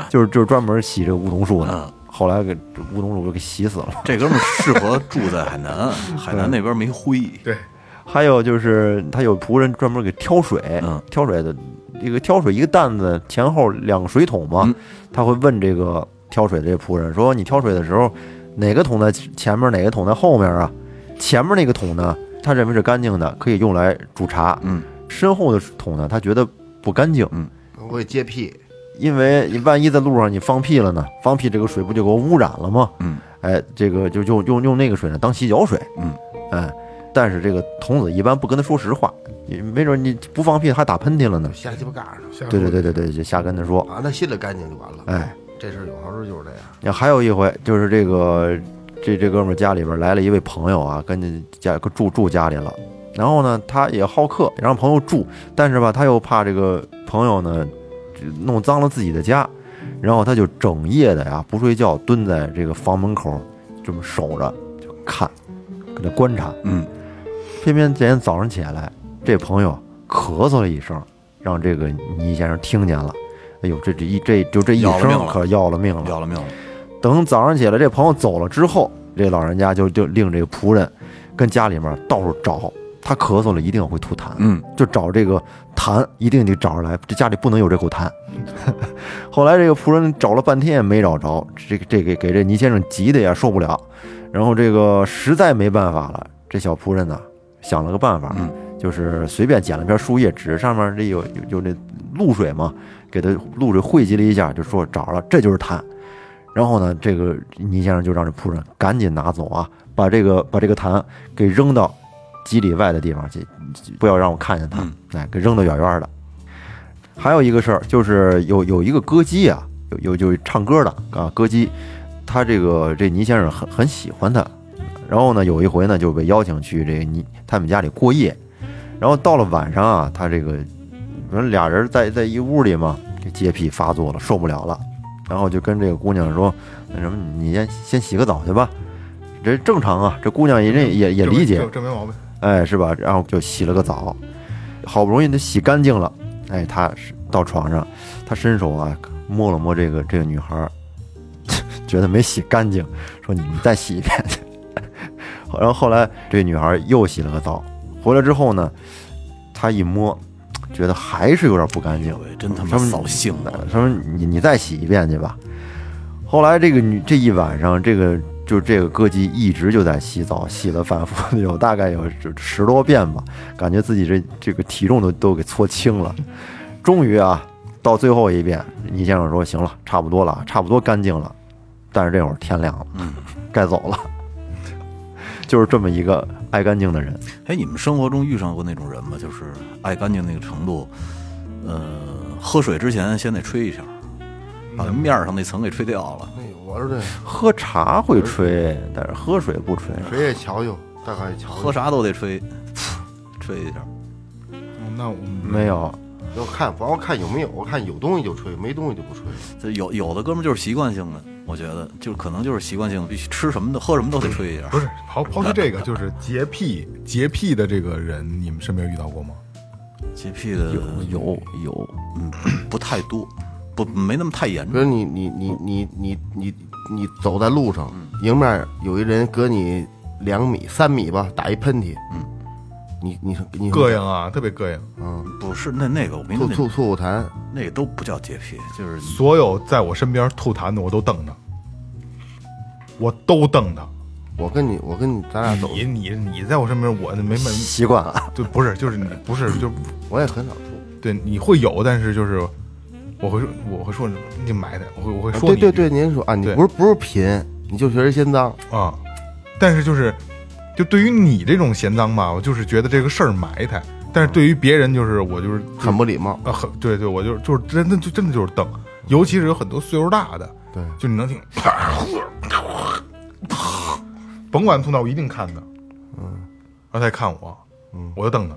B: 就是就是专门洗这梧桐树的。
C: 嗯
B: 后来给这梧桐树就给洗死了。
C: 这哥们儿适合住在海南，海南那边没灰。
D: 对，
B: 还有就是他有仆人专门给挑水，
C: 嗯
B: 挑水的一个挑水一个担子前后两个水桶嘛，
C: 嗯
B: 他会问这个挑水的这仆人说：“你挑水的时候，哪个桶在前面，哪个桶在后面啊？前面那个桶呢，他认为是干净的，可以用来煮茶；
C: 嗯，
B: 身后的桶呢，他觉得不干净。
C: 嗯
A: 我给接屁。
B: 因为你万一在路上你放屁了呢，放屁这个水不就给我污染了吗？
C: 嗯，
B: 哎，这个就用用用那个水呢当洗脚水，
C: 嗯，
B: 哎，但是这个童子一般不跟他说实话，你没准你不放屁还打喷嚏了呢。
A: 瞎鸡巴干呢
D: 下
B: 对对对对对，就瞎跟他说，
A: 啊，那心里干净就完了。
B: 哎，
A: 这事儿有时候就是这样，
B: 你还有一回，就是这个这这哥们儿家里边来了一位朋友啊，跟这家住住家里了。然后呢，他也好客，让朋友住，但是吧，他又怕这个朋友呢这弄脏了自己的家，然后他就整夜的呀不睡觉，蹲在这个房门口这么守着，就看，搁那观察。
C: 嗯，
B: 偏偏今天早上起来，这朋友咳嗽了一声，让这个倪先生听见了。哎呦，这这一这就这一
C: 要了命
B: 声
C: 了
B: 可要了命了，
C: 要了命了，
B: 等早上起来，这朋友走了之后，这老人家就就令这个仆人跟家里面到处找，他咳嗽了一定会吐痰，
C: 嗯，
B: 就找这个痰，一定得找着来，这家里不能有这口痰。 后来这个仆人找了半天也没找着，这个这给给这倪先生急的呀受不了，然后这个实在没办法了，这小仆人呢想了个办法，
C: 嗯
B: 就是随便捡了片树叶纸，上面这有有有那露水嘛，给它露水汇集了一下，就说找着了，这就是痰。然后呢，这个倪先生就让这仆人赶紧拿走啊，把这个把这个痰给扔到几里外的地方去，不要让我看见它
C: 嗯，
B: 哎，给扔得远远的。还有一个事儿，就是有有一个歌姬啊，有有有唱歌的啊，歌姬，他这个这倪先生很很喜欢他，然后呢，有一回呢就被邀请去这个倪他们家里过夜，然后到了晚上啊，他这个反正俩人在在一屋里嘛，这洁癖发作了，受不了了，然后就跟这个姑娘说，那什么，你先先洗个澡去吧，这正常啊，这姑娘也也也也理解，
D: 这没毛病。
B: 哎，是吧？然后就洗了个澡，哎好不容易他洗干净了，哎，他是到床上，哎他伸手啊摸了摸这个这个女孩儿，觉得没洗干净，说你你再洗一遍。然后后来这女孩又洗了个澡，回来之后呢，他一摸，觉得还是有点不干净，
C: 这哎真他
B: 他
C: 妈
B: 们
C: 扫兴啊！
B: 说你你再洗一遍去吧。后来这个女这一晚上，这个就这个歌姬一直就在洗澡，洗了反复 有大概有十十多遍吧，感觉自己这这个体重都都给搓轻了。终于啊，到最后一遍，倪先生说：“行了，差不多了，差不多干净了。”但是这会儿天亮了，该走了。 就是这么一个爱干净的人，
C: 哎，你们生活中遇上过那种人吗？就是爱干净那个程度，呃，喝水之前先得吹一下，把面儿上那层给吹掉了。
A: 哎呦，我说这
B: 喝茶会吹，但是喝水不吹。
A: 谁也瞧瞧，大概瞧
C: 喝
A: 瞧，
C: 啥都得吹， 吹一下。
D: 哦那我们
B: 没有，
A: 要看，反正看有没有，我看有东西就吹，没东西就不吹。
C: 这有有的哥们儿就是习惯性的，我觉得就可能就是习惯性的，必须吃什么的喝什么都得吹一下
D: 不。是刨刨去这个，就是洁癖洁癖的这个人，你们身边遇到过吗？
C: 洁癖的
B: 有有，
C: 嗯不太多，不没那么太严
A: 比
C: 重。
A: 如你你你你你你你走在路上，迎面有一人隔你两米三米吧，打一喷嚏，嗯，你你你嗯
D: 膈应啊，特别膈应。
C: 不是那那个我跟你
A: 吐
C: 说
A: 吐吐口痰，
C: 那那个都不叫洁癖，就是
D: 所有在我身边吐痰的，我都瞪他，我都瞪他。
A: 我跟你我跟你咱俩走，
D: 你你你在我身边，我没没
B: 习惯啊了。
D: 对，不是就是你不是就
A: 我也很少吐。
D: 对你会有，但是就是我会说我会说你埋汰，我会我会说
A: 啊对
D: 你
A: 对对，您说啊，你
D: 对
A: 不是不是贫，你就觉得嫌脏，
D: 啊，但是就是就对于你这种嫌脏吧，我就是觉得这个事儿埋汰，但
A: 啊
D: 是对于别人就是我就是
A: 很不礼貌。
D: 啊，很对对，我就是就是真的就真的就是瞪，尤其是有很多岁数大的，
A: 对
D: 就你能听，甭管吐哪，我一定看他，嗯，然后他也看我，嗯，我就瞪他，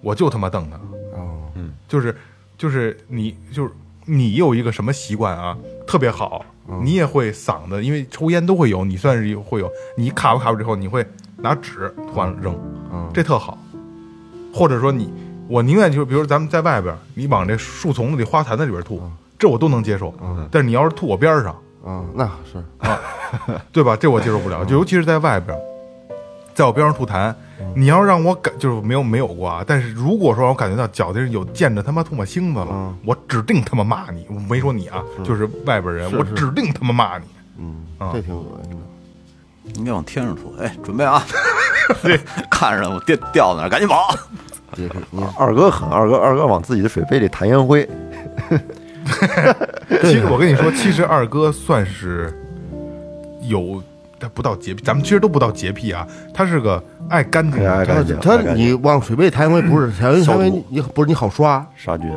D: 我就他妈瞪他，嗯
A: 哦，
D: 就是就是你就是你有一个什么习惯啊，特别好，你也会嗓子，因为抽烟都会有，你算是有会有，你卡吧卡吧之后，你会拿纸突然扔，这特好。或者说你，我宁愿就是，比如咱们在外边，你往这树丛子里、花坛子里边吐，这我都能接受。但是你要是吐我边儿上，
A: 嗯，那是
D: 对吧？这我接受不 了，就尤其是在外边，在我边上吐痰，你要让我感就是没有没有过啊，但是如果说我感觉到脚底下有溅着他妈唾沫星子了，我指定他妈骂你，我没说你啊，就是外边人，我指定他妈骂你。嗯
A: 这挺恶心的。
C: 应该往天上吐。哎，准备啊！对，看着我掉掉哪儿，赶紧跑！
A: 洁癖，你
B: 二哥狠，二哥二哥往自己的水杯里弹烟灰，
D: 其实我跟你说，其实二哥算是有，他不到洁癖，咱们其实都不到洁癖啊，他是个爱干净的
B: 哎爱
D: 人。
B: 干净
A: 啊他
B: 大概
A: 你往水杯抬回不是 抬回
B: 消
A: 抬回
B: 毒
A: 你不是你好刷，
B: 杀菌，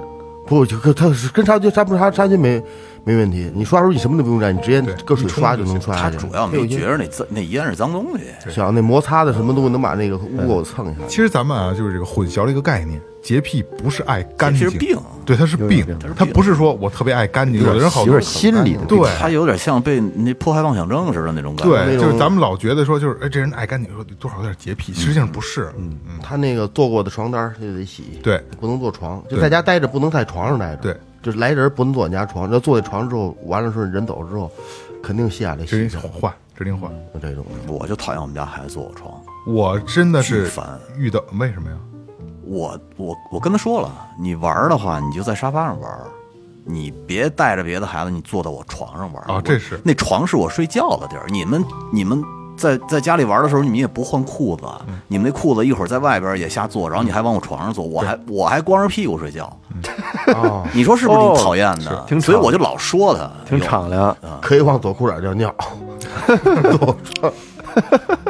A: 不就他是跟杀菌杀不杀杀菌没没问题，你刷时候你什么都不用沾，你直接搁水刷就能刷
C: 他
A: 下去。
C: 主要
A: 这
C: 没
A: 有些
C: 觉着那脏那烟是脏东西，
A: 想那摩擦的什么东西能把那个污垢蹭一下。
D: 其实咱们啊，就是这个混淆了一个概念，洁癖不是爱干
C: 其
D: 净，
C: 实病，
D: 对，它是
B: 有点
D: 病
B: 病
C: 它是，
D: 它
C: 病
D: 不是说我特别爱干净，有的人好
B: 有
D: 多
B: 点心理的，
D: 对
C: 他有点像被那迫害妄想症似的那种感觉。
D: 对，
A: 那
D: 就
A: 种
D: 是咱们老觉得说就是哎，这人爱干净，说多少有点洁癖，实际上不是，嗯嗯，
A: 他那个坐过的床单儿就得洗，
D: 对
A: 不能坐床，就
D: 对
A: 在家待着，不能在床上待着。
D: 对，
A: 就是来人不能坐你家床，要坐在床上之后，完了之后人走了之后，肯定下来洗
D: 指定
A: 一下
D: 换，指定换。
A: 这种。
C: 我就讨厌我们家孩子坐我床，
D: 我真的是
C: 巨烦
D: 遇到为什么呀？
C: 我我我跟他说了，你玩儿的话，你就在沙发上玩儿，你别带着别的孩子，你坐到我床上玩儿
D: 啊
C: 我
D: 这是
C: 那床是我睡觉的地儿，你们你们。在在家里玩的时候，你们也不换裤子，
D: 嗯
C: 你们那裤子一会儿在外边也瞎坐，然后你还往我床上坐，我还我还光着屁股睡觉，
A: 哦，
C: 你说是不是
B: 哦
C: 挺讨厌的？
B: 挺
C: 所以
B: 敞
C: 我就老说他，
B: 挺
C: 有
B: 敞亮，
A: 可以往左裤衩尿尿，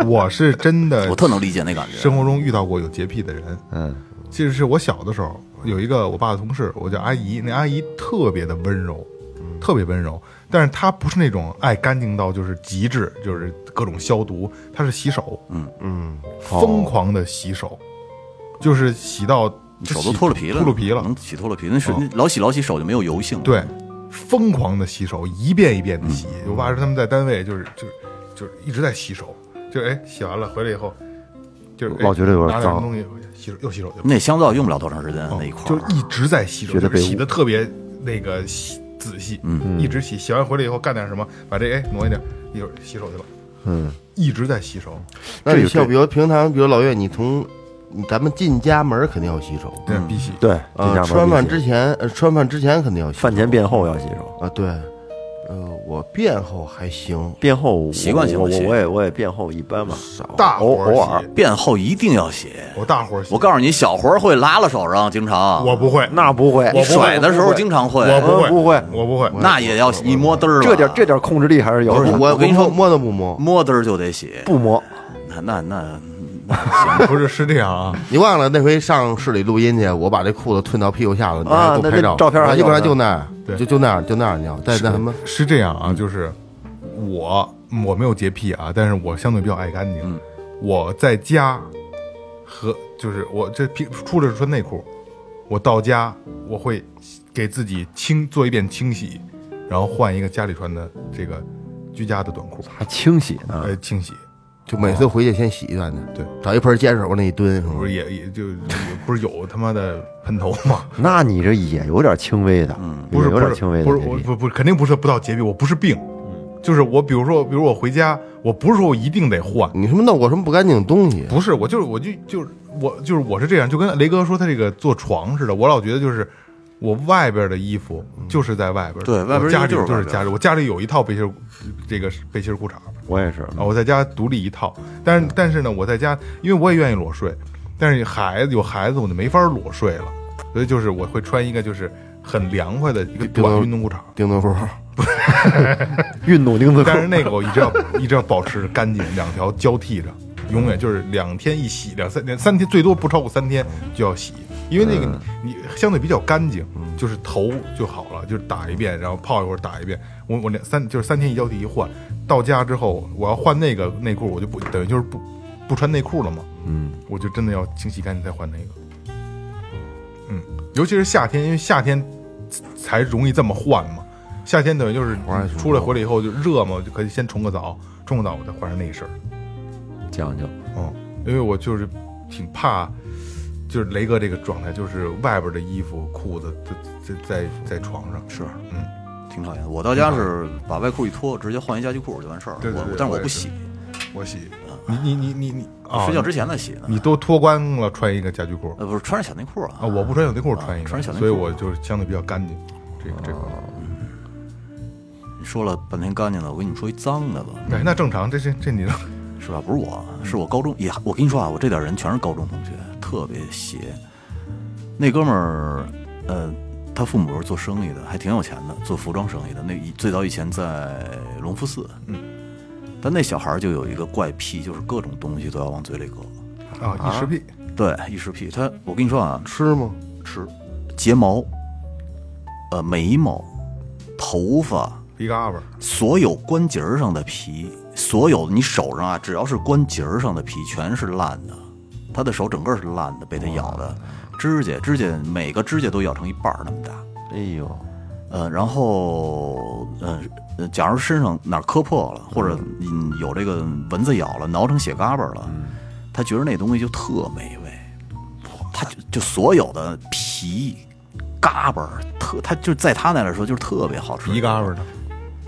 D: 我是真的，
C: 我特能理解那感觉。
D: 生活中遇到过有洁癖的人，
B: 嗯，
D: 其实是我小的时候有一个我爸的同事，我叫阿姨，那阿姨特别的温柔，特别温柔，但是她不是那种爱干净到就是极致，就是各种消毒，她是洗手，
A: 嗯，
D: 疯狂的洗手，就是洗到
C: 你手都脱了皮了，
D: 脱了皮了，
C: 能洗脱了皮，那是
D: 哦
C: 那老洗老洗手就没有油性了。
D: 对，疯狂的洗手，一遍一遍的洗。我爸说他们在单位就是就是就是一直在洗手，就是哎洗完了回来以后，就是哎
B: 老觉得有点
D: 拿点
B: 脏
D: 东西回去洗手又洗手去了，
C: 那香皂用不了多长时间，那一块
D: 哦嗯就
C: 儿
D: 是一直在洗手，
B: 觉
D: 就
B: 得
D: 是
B: 被
D: 洗
B: 污
D: 的特别那个洗仔细，嗯，一直洗，洗完回来以后干点什么，把这哎挪一点，一会儿洗手去了，
B: 嗯，
D: 一直在洗手，
A: 那你
B: 这
A: 像比如平常，比如老岳，你从你咱们进家门肯定要洗手，
D: 对，必洗，
B: 嗯对，这
A: 呃
B: 家，门
A: 吃完饭
B: 必须
A: 之前，呃，吃完饭之前肯定要洗手，
B: 饭前便后要洗手，
A: 啊，对，呃，我便后还行，
B: 便后
C: 习惯性
B: 我
C: 地
B: 我
C: 洗
B: 我也我也便后一般吧，
D: 大伙
B: 偶
D: 儿
B: 偶
D: 洗
B: 尔，
C: 便后一定要洗。
D: 我大伙儿洗，
C: 我告诉你，小活儿会拉拉手上，经常哎
D: 我不会，
B: 那不会，
D: 我不会
C: 甩的时候经常会，
D: 我不会，
B: 我不会
D: 我不会，
C: 那也要一摸嘚儿了。
B: 这点这点控制力还是有
A: 我
B: 的，
C: 我跟你说嗯
A: 摸摸都不摸，
C: 摸嘚儿就得洗，
B: 不磨，
C: 那那那
D: 不是是这样啊，
A: 你忘了那回上市里录音去，我把这裤子褪到屁股下头，你
B: 啊
A: 还给我
B: 那
A: 拍照，
B: 那照片还有
A: 基本上
B: 呢
A: 就那样，
D: 对
A: 就就那样，就那样尿，在那什么，
D: 是这样啊，
B: 嗯
D: 就是我我没有洁癖啊，但是我相对比较爱干净。
B: 嗯
D: 我在家和就是我这平出来是穿内裤，我到家我会给自己清做一遍清洗，然后换一个家里穿的这个居家的短裤，
B: 还清洗呢，
D: 呃，清洗
A: 就每次回去先洗一遍去，
D: 对，
A: 找一盆碱水往那一蹲，是吗
D: 不是也也就不是有他妈的喷头吗？
B: 那你这也有点轻微的，
C: 嗯
D: 不是
B: 也有
D: 不
B: 点
D: 是
B: 轻微的
D: 不是
B: 洁
D: 我
B: 癖嗯
D: 不不肯定不是不到洁癖，我不是病，就是我比如说比如我回家，我不是说我一定得换。
A: 你他妈弄过什么不干净的东西？啊
D: 不是，我就是我就就是我就是我是这样，就跟雷哥说他这个坐床似的，我老觉得就是我外边的衣服就是在外
C: 嗯
D: 边的，
C: 对外边衣
D: 我
C: 服
D: 家里
C: 就是外
D: 就
C: 边
D: 是家里，我家里有一套背心儿，这个背心儿裤衩儿
B: 我也是，
D: 啊，我在家独立一套，
C: 嗯
D: 但是但是呢，我在家因为我也愿意裸睡，但是孩子有孩子我就没法裸睡了，所以就是我会穿一个就是很凉快的一个
A: 比如
D: 短运动裤衩儿，
A: 丁字裤，
B: 运动钉子裤
D: 但，是那个我一直要一直要保持干净，两条交替着，永远就是两天一洗，两三天三天最多不超过三天就要洗，因为那
B: 嗯
D: 个你你相对比较干净，就是头就好了，就是打一遍，然后泡一会儿打一遍。我我两三就是三天一交替一换，到家之后我要换那个内裤，我就不等于就是不不穿内裤了嘛，
B: 嗯，
D: 我就真的要清洗干净再换那个。嗯，尤其是夏天，因为夏天才容易这么换嘛。夏天等于就是出来回来以后就热嘛，就可以先冲个澡，冲个澡我再换上那一身儿。
B: 讲究，
D: 嗯，因为我就是挺怕，就是雷哥这个状态，就是外边的衣服、裤子在在在在床上。
C: 是
D: 嗯，
C: 挺讨厌。我到家是把外裤一脱，直接换一家居裤就完事儿了。
D: 对对对
C: 我但是
D: 我
C: 我
D: 也
C: 不
D: 是
C: 洗，
D: 我洗，你你你你你啊
C: 睡，觉之前再洗呢。
D: 你都脱光了穿一个家居裤
C: 呃，不是穿着小内裤
D: 啊？我不穿小内裤穿一
C: 啊
D: 个，
C: 穿小内裤
D: 所以我就是相对比较干净。这个这个，
C: 你说了半天干净的，我跟你们说一脏的吧，
D: 哎，那正常，这这这你
C: 是吧？不是我，是我高中也，我跟你说啊，我这点人全是高中同学，特别邪。那哥们儿，呃，他父母是做生意的，还挺有钱的，做服装生意的。那以最早以前在隆福寺，嗯，但那小孩儿就有一个怪癖，就是各种东西都要往嘴里搁。
D: 啊，异食癖，
C: 对，异食癖。他，我跟你说啊，
A: 吃吗？
C: 吃睫毛、呃眉毛、头发、
D: 鼻嘎巴，
C: 所有关节儿上的皮，所有你手上啊，只要是关节儿上的皮，全是烂的。他的手整个是烂的，被他咬的。指甲，指甲每个指甲都咬成一半儿那么大。
B: 哎呦，
C: 呃，然后呃，呃假如身上哪儿磕破了，或者嗯有这个蚊子咬了，挠成血嘎巴了，
D: 嗯
C: 他觉得那东西就特美味，他就就所有的皮、嘎巴儿特，他就在他那来说就是特别好吃，
D: 鼻嘎巴的，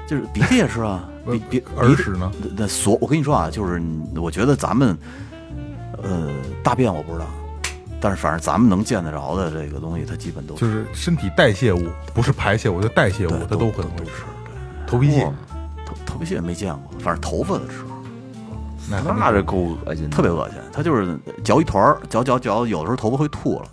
C: 就是鼻涕也是啊， 鼻鼻
D: 耳屎呢？
C: 鼻那所我跟你说啊，就是我觉得咱们，呃，大便我不知道，但是反正咱们能见得着的这个东西，它基本都是
D: 就是身体代谢物，不是排泄物，就代谢物，它
C: 都
D: 很会
C: 吃
D: 吃。。头皮
B: 哇
D: 屑，
C: 头头皮屑没见过，反正头发的吃，
D: 那咱
B: 那这够恶心的，
C: 特别恶心。它就是嚼一团儿，嚼嚼嚼，有的时候头发会吐了。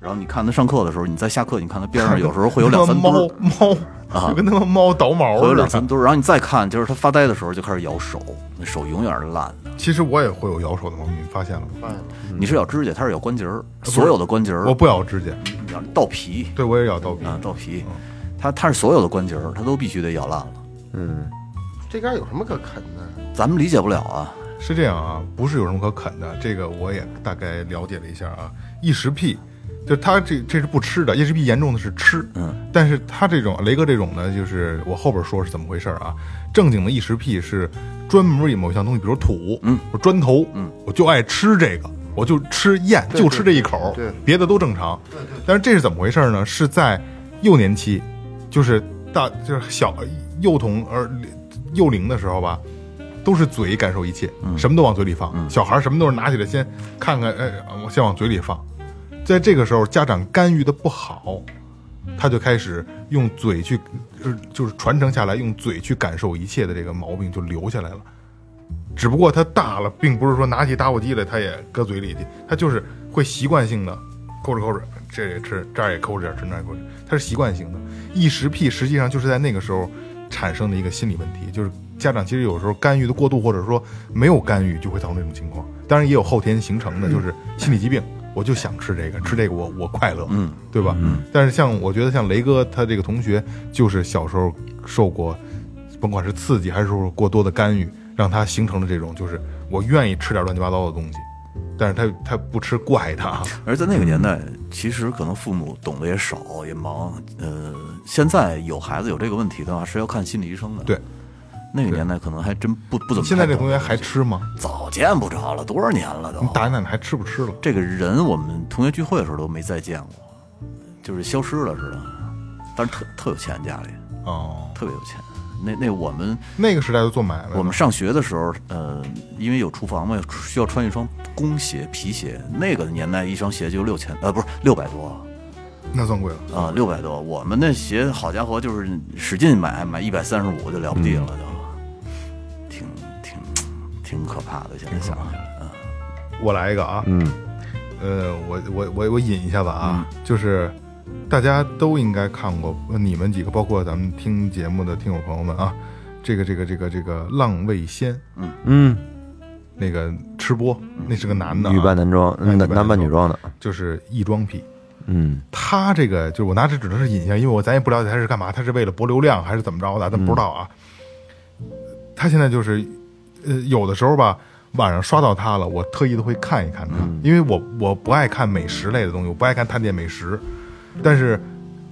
C: 然后你看他上课的时候，你在下课，你看他边上有时候会有两三
D: 猫
C: 堆儿，
D: 猫
C: 啊
D: 就跟他妈猫倒毛
C: 会有
D: 似
C: 两
D: 的。
C: 三堆儿。然后你再看，就是他发呆的时候就开始咬手，那手永远是烂的。
D: 其实我也会有咬手的毛病，你发现了吗？
C: 你是咬指甲，他是咬关节儿，所有的关节儿，
D: 呃我不咬指甲，
C: 咬倒皮
D: 对我也咬刀皮。
C: 啊，倒
D: 嗯
C: 皮，他他是所有的关节儿，他都必须得咬烂了。
B: 嗯，
A: 这边有什么可啃的？
C: 咱们理解不了啊，
D: 是这样啊，不是有什么可啃的，这个我也大概了解了一下啊。异食癖，就是他这这是不吃的，异食癖严重的是吃，
C: 嗯，
D: 但是他这种雷哥这种呢，就是我后边说是怎么回事儿啊。正经的异食癖是专门以某项东西，比如土，嗯，或砖头，嗯，我就爱吃这个，我就吃咽，
A: 对
D: 就吃这一口，
A: 对对
D: 别的都正常。对对。但是这是怎么回事儿呢？是在幼年期，就是大就是小幼童而幼龄的时候吧，都是嘴感受一切，什么都往嘴里放。小孩儿什么都是拿起来先看看，哎，我先往嘴里放。在这个时候，家长干预的不好，他就开始用嘴去，呃就是传承下来，用嘴去感受一切的这个毛病就留下来了。只不过他大了，并不是说拿起打火机来他也搁嘴里去，他就是会习惯性的抠着抠着，这也吃，这儿也抠着点吃，那儿也抠着，他是习惯性的。异食癖实际上就是在那个时候产生的一个心理问题，就是家长其实有时候干预的过度，或者说没有干预，就会造成这种情况。当然也有后天形成的，就是心理疾病。我就想吃这个，吃这个我我快乐，嗯，对吧？嗯。但是像我觉得像雷哥他这个同学，就是小时候受过甭管是刺激还是说过多的干预，让他形成了这种就是我愿意吃点乱七八糟的东西，但是他他不吃怪 他啊，
C: 而在那个年代，其实可能父母懂得也少，也忙。呃，现在有孩子有这个问题的话，是要看心理医生的。
D: 对，
C: 那个年代可能还真不不怎么看懂。
D: 现在这同学还吃 吗？
C: 早见不着了，多少年了都
D: 你。大爷奶奶还吃不 吃了？
C: 这个人我们同学聚会的时候都没再见过，就是消失了似的。但是特特有钱，家里
D: 哦，
C: 特别有钱。那那我们
D: 那个时代就做买卖
C: 我，们上学的时候，呃，因为有厨房嘛，需要穿一双工鞋、皮鞋。那个年代一双鞋就六千，呃，不是六百多。
D: 那算贵了。
C: 啊，六百多。我们那鞋，好家伙，就是使劲买，买一百三十五就了不地了，就挺挺挺可怕的。现在想起来，
D: 我来一个啊，
B: 嗯，
D: 呃，我我我我引一下子啊，就是大家都应该看过，呃你们几个，包括咱们听节目的听友朋友们啊，这个这个这个这个浪味仙
B: 嗯，
D: 那个吃播，那是个男的、啊，
B: 女扮男装，
D: 哎
B: 嗯男
D: 女扮
B: 男扮
D: 男
B: 女装的，
D: 就是异装癖。
B: 嗯，
D: 他这个就是我拿这只能是引一下，因为我咱也不了解他是干嘛，他是为了博流量还是怎么着的，咱不知道啊。他现在就是，呃，有的时候吧，晚上刷到他了，我特意的会看一看他，因为我我不爱看美食类的东西，我不爱看探店美食，但是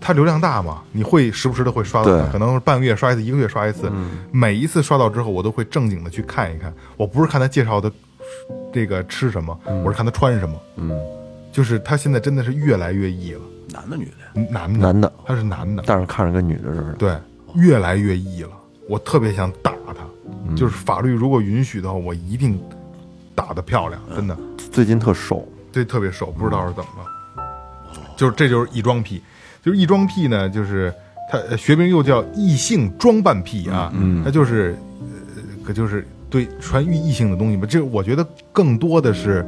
D: 他流量大嘛，你会时不时的会刷到他，
B: 对
D: 可能半个月刷一次，一个月刷一次，每一次刷到之后，我都会正经的去看一看，我不是看他介绍的这个吃什么，我是看他穿什么，嗯，就是他现在真的是越来越异了。
C: 男的女的呀，
D: 男的，
B: 男的，
D: 他是男的，
B: 但是看着跟女的似的，
D: 对，越来越异了。我特别想打
B: 嗯
D: 他，就是法律如果允许的话，我一定打得漂亮，
B: 嗯
D: 真的，
B: 最近特瘦，
D: 这特别瘦，不知道是怎么了。就是这就是异装癖，就是异装癖呢，就是他呃学名又叫异性装扮癖啊，
B: 嗯
D: 他就是呃，可就是对穿异性的东西吧。这我觉得更多的是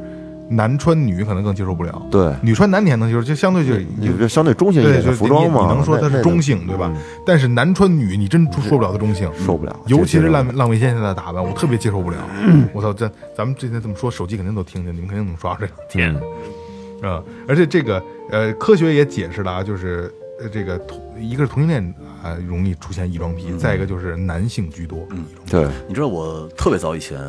D: 男穿女可能更接受不了，
B: 对，
D: 女穿男你还能接受，就相对就
B: 你就相对中性一
D: 对，
B: 点
D: 就
B: 的
D: 是
B: 服装
D: 你
B: 嘛，
D: 你能说
B: 那
D: 它是
B: 那
D: 中
B: 个
D: 性对吧？但是男穿女，你真说不了它中性，
B: 受不了
D: 尤其是
B: 这个
D: 浪浪费现在的打扮，我特别接受不了。我操，这咱们之前这么说，手机肯定都听见，你们肯定能刷这天啊、嗯而且这个呃，科学也解释了啊，就是呃，这个同一个是同性恋啊、容易出现异装癖，
B: 嗯
D: 再一个就是男性居多。嗯，
B: 对，
C: 你知道我特别早以前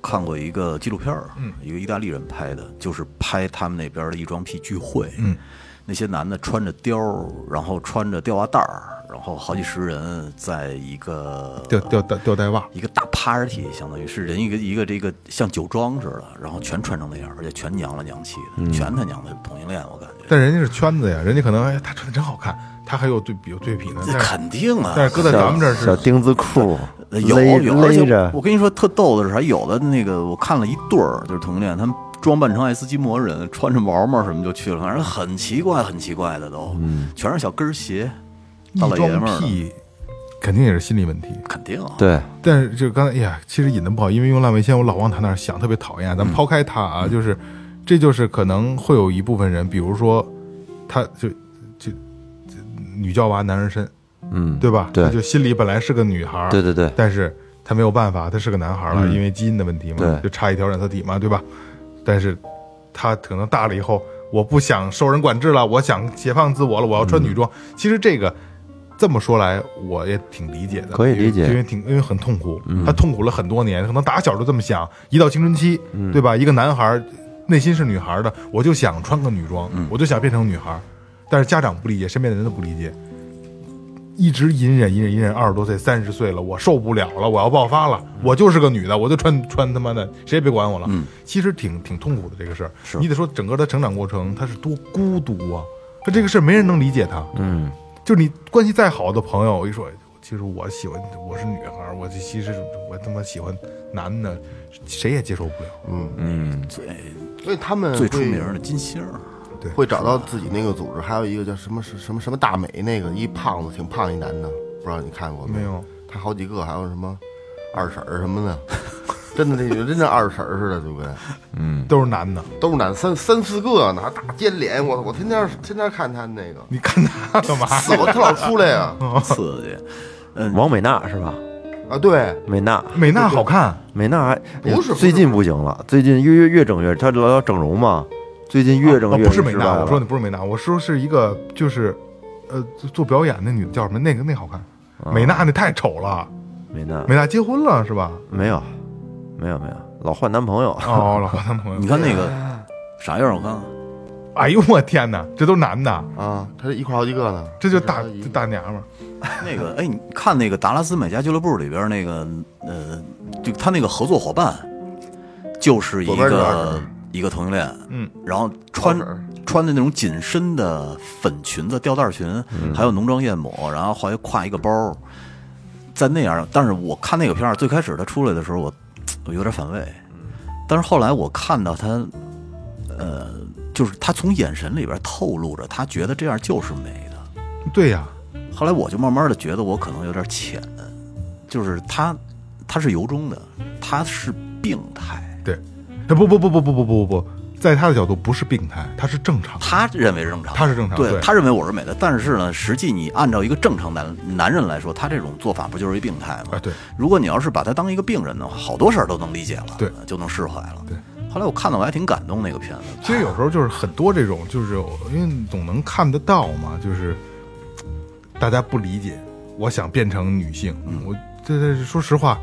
C: 看过一个纪录片儿，一个意大利人拍的，就是拍他们那边的异装癖聚会，
D: 嗯，
C: 那些男的穿着貂儿，然后穿着吊袜带儿，然后好几十人在一个
D: 吊吊带吊带袜，
C: 一个大 party，相当于是人一个一个这个像酒庄似的，然后全穿成那样，而且全娘了娘气的，全他娘的同性恋，我感觉。
D: 但人家是圈子呀，人家可能哎，他穿的真好看，他还有对比有对比呢。
C: 这
D: 但是
C: 肯定啊，
D: 但是搁在咱们这儿
B: 小
D: 是
B: 丁字裤，
C: 呃有
B: 勒
C: 有，而
B: 勒
C: 且
B: 着
C: 我跟你说特逗的是啥？有的那个我看了一对儿，就是同性恋，他们装扮成爱斯基摩人，穿着毛毛什么就去了，反正很奇怪，很奇怪的都，
B: 嗯
C: 全是小跟儿鞋，
D: 异
C: 大老爷
D: 装
C: 们儿的，
D: 癖，肯定也是心理问题。
C: 肯定啊，
B: 对，
D: 但是就刚才，哎呀，其实引的不好，因为用烂尾线，我老往他那儿想，特别讨厌。咱们抛开他啊，就是，这就是可能会有一部分人，比如说，他就就就女叫娃，男人身，
B: 嗯，
D: 对吧？
B: 对
D: 他就心里本来是个女孩儿，
B: 对对对，
D: 但是他没有办法，他是个男孩儿了，因为基因的问题嘛
B: 对，
D: 就差一条染色体嘛，对吧？但是他可能大了以后，我不想受人管制了，我想解放自我了，我要穿女装。
B: 嗯
D: 其实这个这么说来，我也挺理解的，
B: 可以理解
D: 因
B: 嗯
D: 为因为挺因为很痛苦，他痛苦了很多年，可能打小就这么想，一到青春期，
B: 嗯
D: 对吧？一个男孩儿内心是女孩儿的，我就想穿个女装，
B: 嗯
D: 我就想变成女孩儿，但是家长不理解，身边的人都不理解。一直隐忍，隐忍，隐忍，二十多岁、三十岁了，我受不了了，我要爆发了，我就是个女的，我就穿穿他妈的，谁也别管我了。其实挺挺痛苦的这个事儿，你得说整个的成长过程，他是多孤独啊，他这个事儿没人能理解他。嗯，就是你关系再好的朋友，我一说，哎其实我喜欢我是女孩儿，我其实我他妈喜欢男的，谁也接受不了。
A: 所以他们
C: 最出
A: 会
C: 名的金星 儿，
A: 会找到自己那个组织，还有一个叫什么什什么什么大美那个一胖子挺胖一男的，不知道你看过
D: 没
A: 有
D: 有？
A: 他好几个，还有什么二婶儿什么的， 真的那就真的二婶儿似的，就跟
D: 都是男的，
A: 都是男三三四个呢，还大尖脸，我我天天天天看他那个，
D: 你看他干 嘛？
A: 死我他老出来 呀、
D: 哦
A: 啊！
C: 刺嗯激，
B: 王美娜是吧？
A: 对，
B: 美娜，
D: 美娜好看，
B: 美娜还
A: 不是不是
B: 最近不行了，最近越越越整越，她老要整容嘛，最近越整
D: 啊
B: 越
D: 不是美
B: 失败
D: 娜，
B: 了
D: 我说的不是美娜，我说是一个就是，呃，做做表演那女的叫什么？那个那好看，
B: 啊
D: 美娜那太丑了。
B: 美娜
D: 美娜结婚了是吧？
B: 没有，没有没有，老换男朋友，
D: 哦，老婆男朋
C: 你
D: 友。
C: 看那 个啥样？我看看，
D: 哎呦我天哪，这都是男的，
A: 啊，他一块儿好几个呢，
D: 这就大
A: 是他一
D: 这大娘们儿。
C: 那个哎，你看那个达拉斯买家俱乐部里边那个呃，就他那个合作伙伴，就是一
A: 左边这二
C: 个
A: 婶
C: 一个同性恋，
D: 嗯，
C: 然后穿
A: 老婶儿
C: 穿的那种紧身的粉裙子、吊带裙，还有浓妆艳抹，然后还挎一个包，在那样。但是我看那个片儿，最开始他出来的时候，我我有点反胃，但是后来我看到他，呃，就是他从眼神里边透露着，他觉得这样就是美的。
D: 对呀，
C: 后来我就慢慢的觉得我可能有点浅，就是他他是由衷的，他是病态，
D: 对，哎不不不不不不不不不，在他的角度不是病态，他是正常的。
C: 他认为是正常的，
D: 他是正常的
C: 对
D: 对
C: 他认为我是美的，但是呢，实际你按照一个正常男男人来说，他这种做法不就是一病态吗？
D: 啊对，
C: 如果你要是把他当一个病人的话，好多事儿都能理解了，
D: 对，
C: 就能释怀了。
D: 对，
C: 后来我看到我还挺感动那个片子，
D: 其实有时候就是很多这种，就是有因为总能看得到嘛，就是大家不理解，我想变成女性，
C: 嗯
D: 我这这说实话，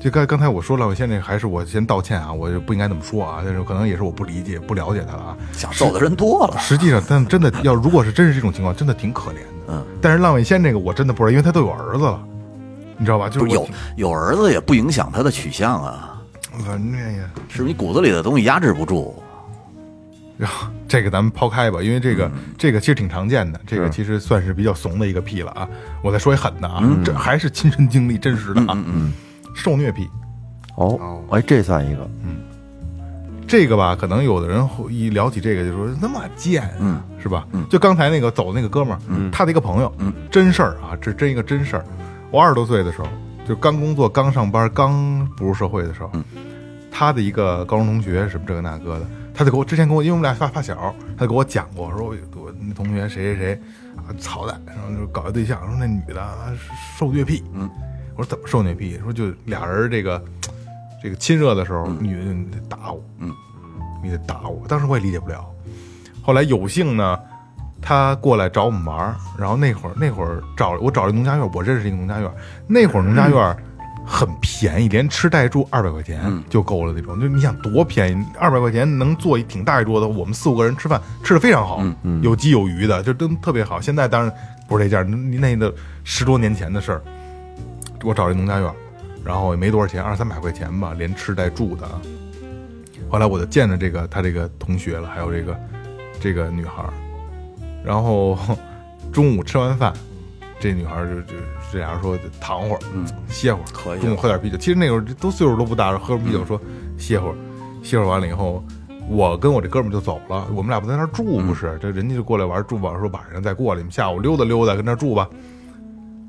D: 就刚刚才我说了，我现在还是我先道歉啊，我就不应该这么说啊，但是可能也是我不理解、不了解他 了啊。
C: 想揍的人多了，
D: 实际上，他们真的要如果是真是这种情况，真的挺可怜的。
C: 嗯，
D: 但是浪尾仙这个我真的不知道，因为他都有儿子了，你知道吧？就
C: 不是
D: 是我
C: 有有儿子也不影响他的取向啊，
D: 反正哎呀，
C: 是你骨子里的东西压制不住。
D: 然后这个咱们抛开吧，因为这个、这个其实挺常见的，这个其实算是比较怂的一个癖了啊。我再说一狠的啊，这还是亲身经历真实的啊，受虐癖。
B: 哦，哎，这算一个，
D: 这个吧，可能有的人会一聊起这个就说那么贱、啊，是吧？就刚才那个走的那个哥们儿，他的一个朋友，真事儿啊，这真一个真事儿。我二十多岁的时候，就刚工作、刚上班、刚步入社会的时候，他的一个高中同学什么这个那个的，他就给我之前跟我，因为我们俩发发小，他就给我讲过，说我我那同学谁谁谁啊操蛋，然后就搞一对象，说那女的啊受虐癖，嗯，我说怎么受虐癖？说就俩人这个这个亲热的时候，女的你得打我，
C: 嗯，
D: 你得打我，当时我也理解不了，后来有幸呢。他过来找我们玩儿，然后那会儿那会儿找我找一农家院，我认识一个农家院，那会儿农家院很便宜，连吃带住二百块钱就够了那种，就你想多便宜，二百块钱能坐一挺大一桌子，我们四五个人吃饭吃的非常好，有鸡有鱼的，就真特别好。现在当然不是这价，那那个十多年前的事儿，我找一农家院，然后也没多少钱，二三百块钱吧，连吃带住的啊。后来我就见着这个他这个同学了，还有这个这个女孩儿，然后 中午吃完饭，这女孩儿就就这俩人说躺会儿，歇会儿，
C: 可以
D: 中午喝点啤酒。其实那会儿都岁数都不大，喝啤酒说歇会儿，歇会儿完了以后，我跟我这哥们儿就走了，我们俩不在那儿住不是？这人家就过来玩儿住吧，说晚上再过来，你们下午溜达溜达，跟那儿住吧。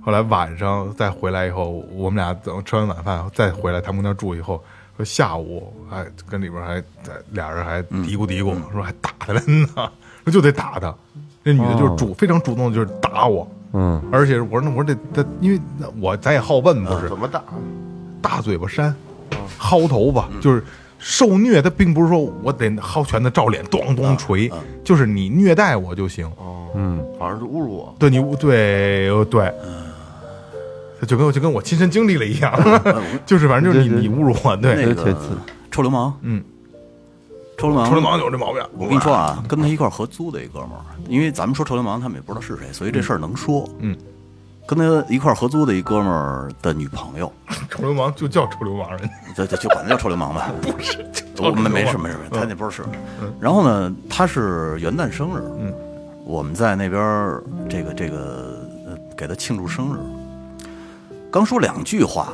D: 后来晚上再回来以后，我们俩等吃完晚饭再回来，他们跟那儿住以后，说下午还跟里边还在俩人还嘀咕嘀咕，说还打他了呢， 说就得打他。那女的就是主、非常主动，就是打我，
B: 嗯，
D: 而且我说那我说这这，因为我咱也好问不是，
A: 怎么打？
D: 大嘴巴扇，
C: 嗯
D: 薅头发，就是受虐。他并不是说我得薅拳头照脸，咚
C: 嗯
D: 咚锤，就是你虐待我就行。
C: 哦
B: 嗯
A: 反正就侮辱我。
D: 对你，对对，就跟我就跟我亲身经历了一样， 就是反正就是你
B: 对对
D: 你侮辱我，对，
C: 嗯那
B: 而且
C: 个臭流氓，
D: 嗯，
C: 臭流氓，
D: 臭流氓有这毛病。
C: 我跟你说啊，跟他一块儿合租的一哥们儿，因为咱们说臭流氓，他们也不知道是谁，所以这事儿能说。
D: 嗯，
C: 跟他一块儿合租的一哥们儿的女朋友，
D: 臭流氓就叫臭流氓，人家
C: 就就就管他叫臭流氓吧。 不是，我们没事没事，没事他那不是。然后呢，他是元旦生日，嗯，我们在那边儿这个这个呃给他庆祝生日，刚说两句话，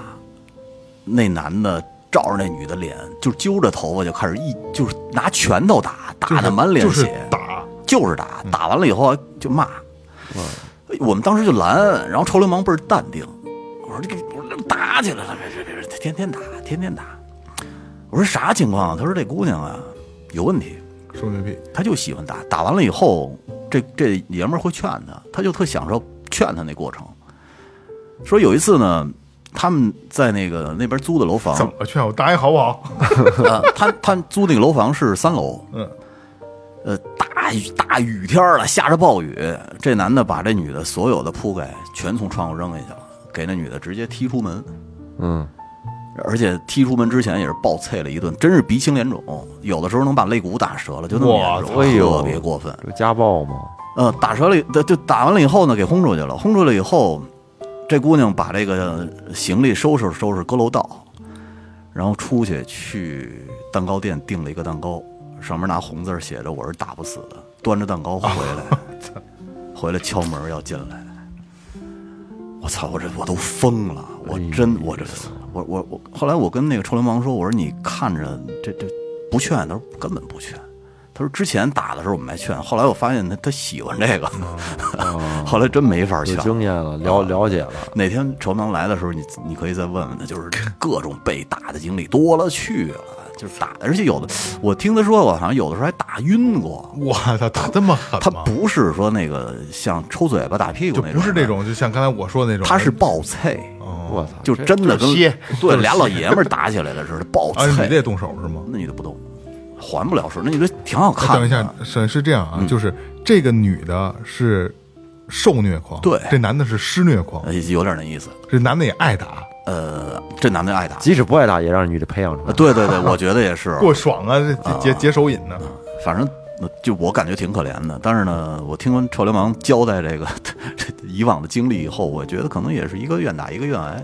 C: 那男的。照着那女的脸，就揪着头发就开始一就是拿拳头打，打的满脸血，
D: 就是打，
C: 就是打，打完了以后啊就骂。我们当时就拦，然后臭流氓倍儿淡定。我说这个，我说打起来了，别别别，天天打，天天打。我说啥情况啊？他说这姑娘啊有问题，
D: 受虐癖。
C: 她就喜欢打。打完了以后，这这爷们儿会劝她，她就特享受劝她那过程。说有一次呢，他们在那个那边租的楼房，
D: 怎么劝我打也好不 好？
C: 呃，他他租那个楼房是三楼，
D: 嗯，
C: 呃，大雨大雨天儿了，下着暴雨，这男的把这女的所有的铺盖全从窗户扔下去了，给那女的直接踢出门，
B: 嗯，
C: 而且踢出门之前也是暴啐了一顿，真是鼻青脸肿，有的时候能把肋骨打折了，就那么严
B: 哇哎
C: 重，
B: 呦
C: 特别过分。
B: 这不家暴吗？
C: 呃，打折了以，就就打完了以后呢，给轰出去了。轰出去以后，这姑娘把这个行李收拾收拾，搁楼道，然后出去去蛋糕店订了一个蛋糕，上面拿红字儿写着“我是打不死的”，端着蛋糕回来，回来敲门要进来。我操！我这我都疯了！我真我哎这我我我后来我跟那个臭流氓说，我说你看着这这不劝，他说根本不劝。他说之前打的时候我们还劝，后来我发现他他喜欢这个，后来哦真没法
B: 有
C: 劝。
B: 经验了，
D: 啊
B: 了了解了，
C: 哪天臭流氓来的时候，你你可以再问问他， 就是各种被打的经历多了去了，就是打的，而且有的我听他说过，好像有的时候还打晕过。
D: 我操，打这么狠
C: 他
D: 吗？
C: 不是说那个像抽嘴巴打屁股
D: 就
C: 那种，
D: 不是那，种，啊就像刚才我说的那种，嗯
C: 他是暴啐，
B: 我操，
C: 就真的跟
A: 就是歇
C: 对俩老爷们儿打起来了似的，暴
D: 啊，你
C: 啐。
D: 这也动手是吗？
C: 那女的不动，还不了手。那女的挺好看的。嗯
D: 等一下，沈是这样啊，就是这个女的是受虐狂，
C: 对
D: 这男的是施虐狂，
C: 呃，有点那意思。
D: 这男的也爱打，
C: 呃，这男的 爱打，
B: 即使不爱打也让女的培养出
C: 呃
B: 来，
C: 对对对，我觉得也是。
D: 过爽啊，这解解解手瘾呢。
C: 反正呃就我感觉挺可怜的。但是呢，我听完臭流氓交代这个 以往的经历以后，我觉得可能也是一个愿打一个愿挨。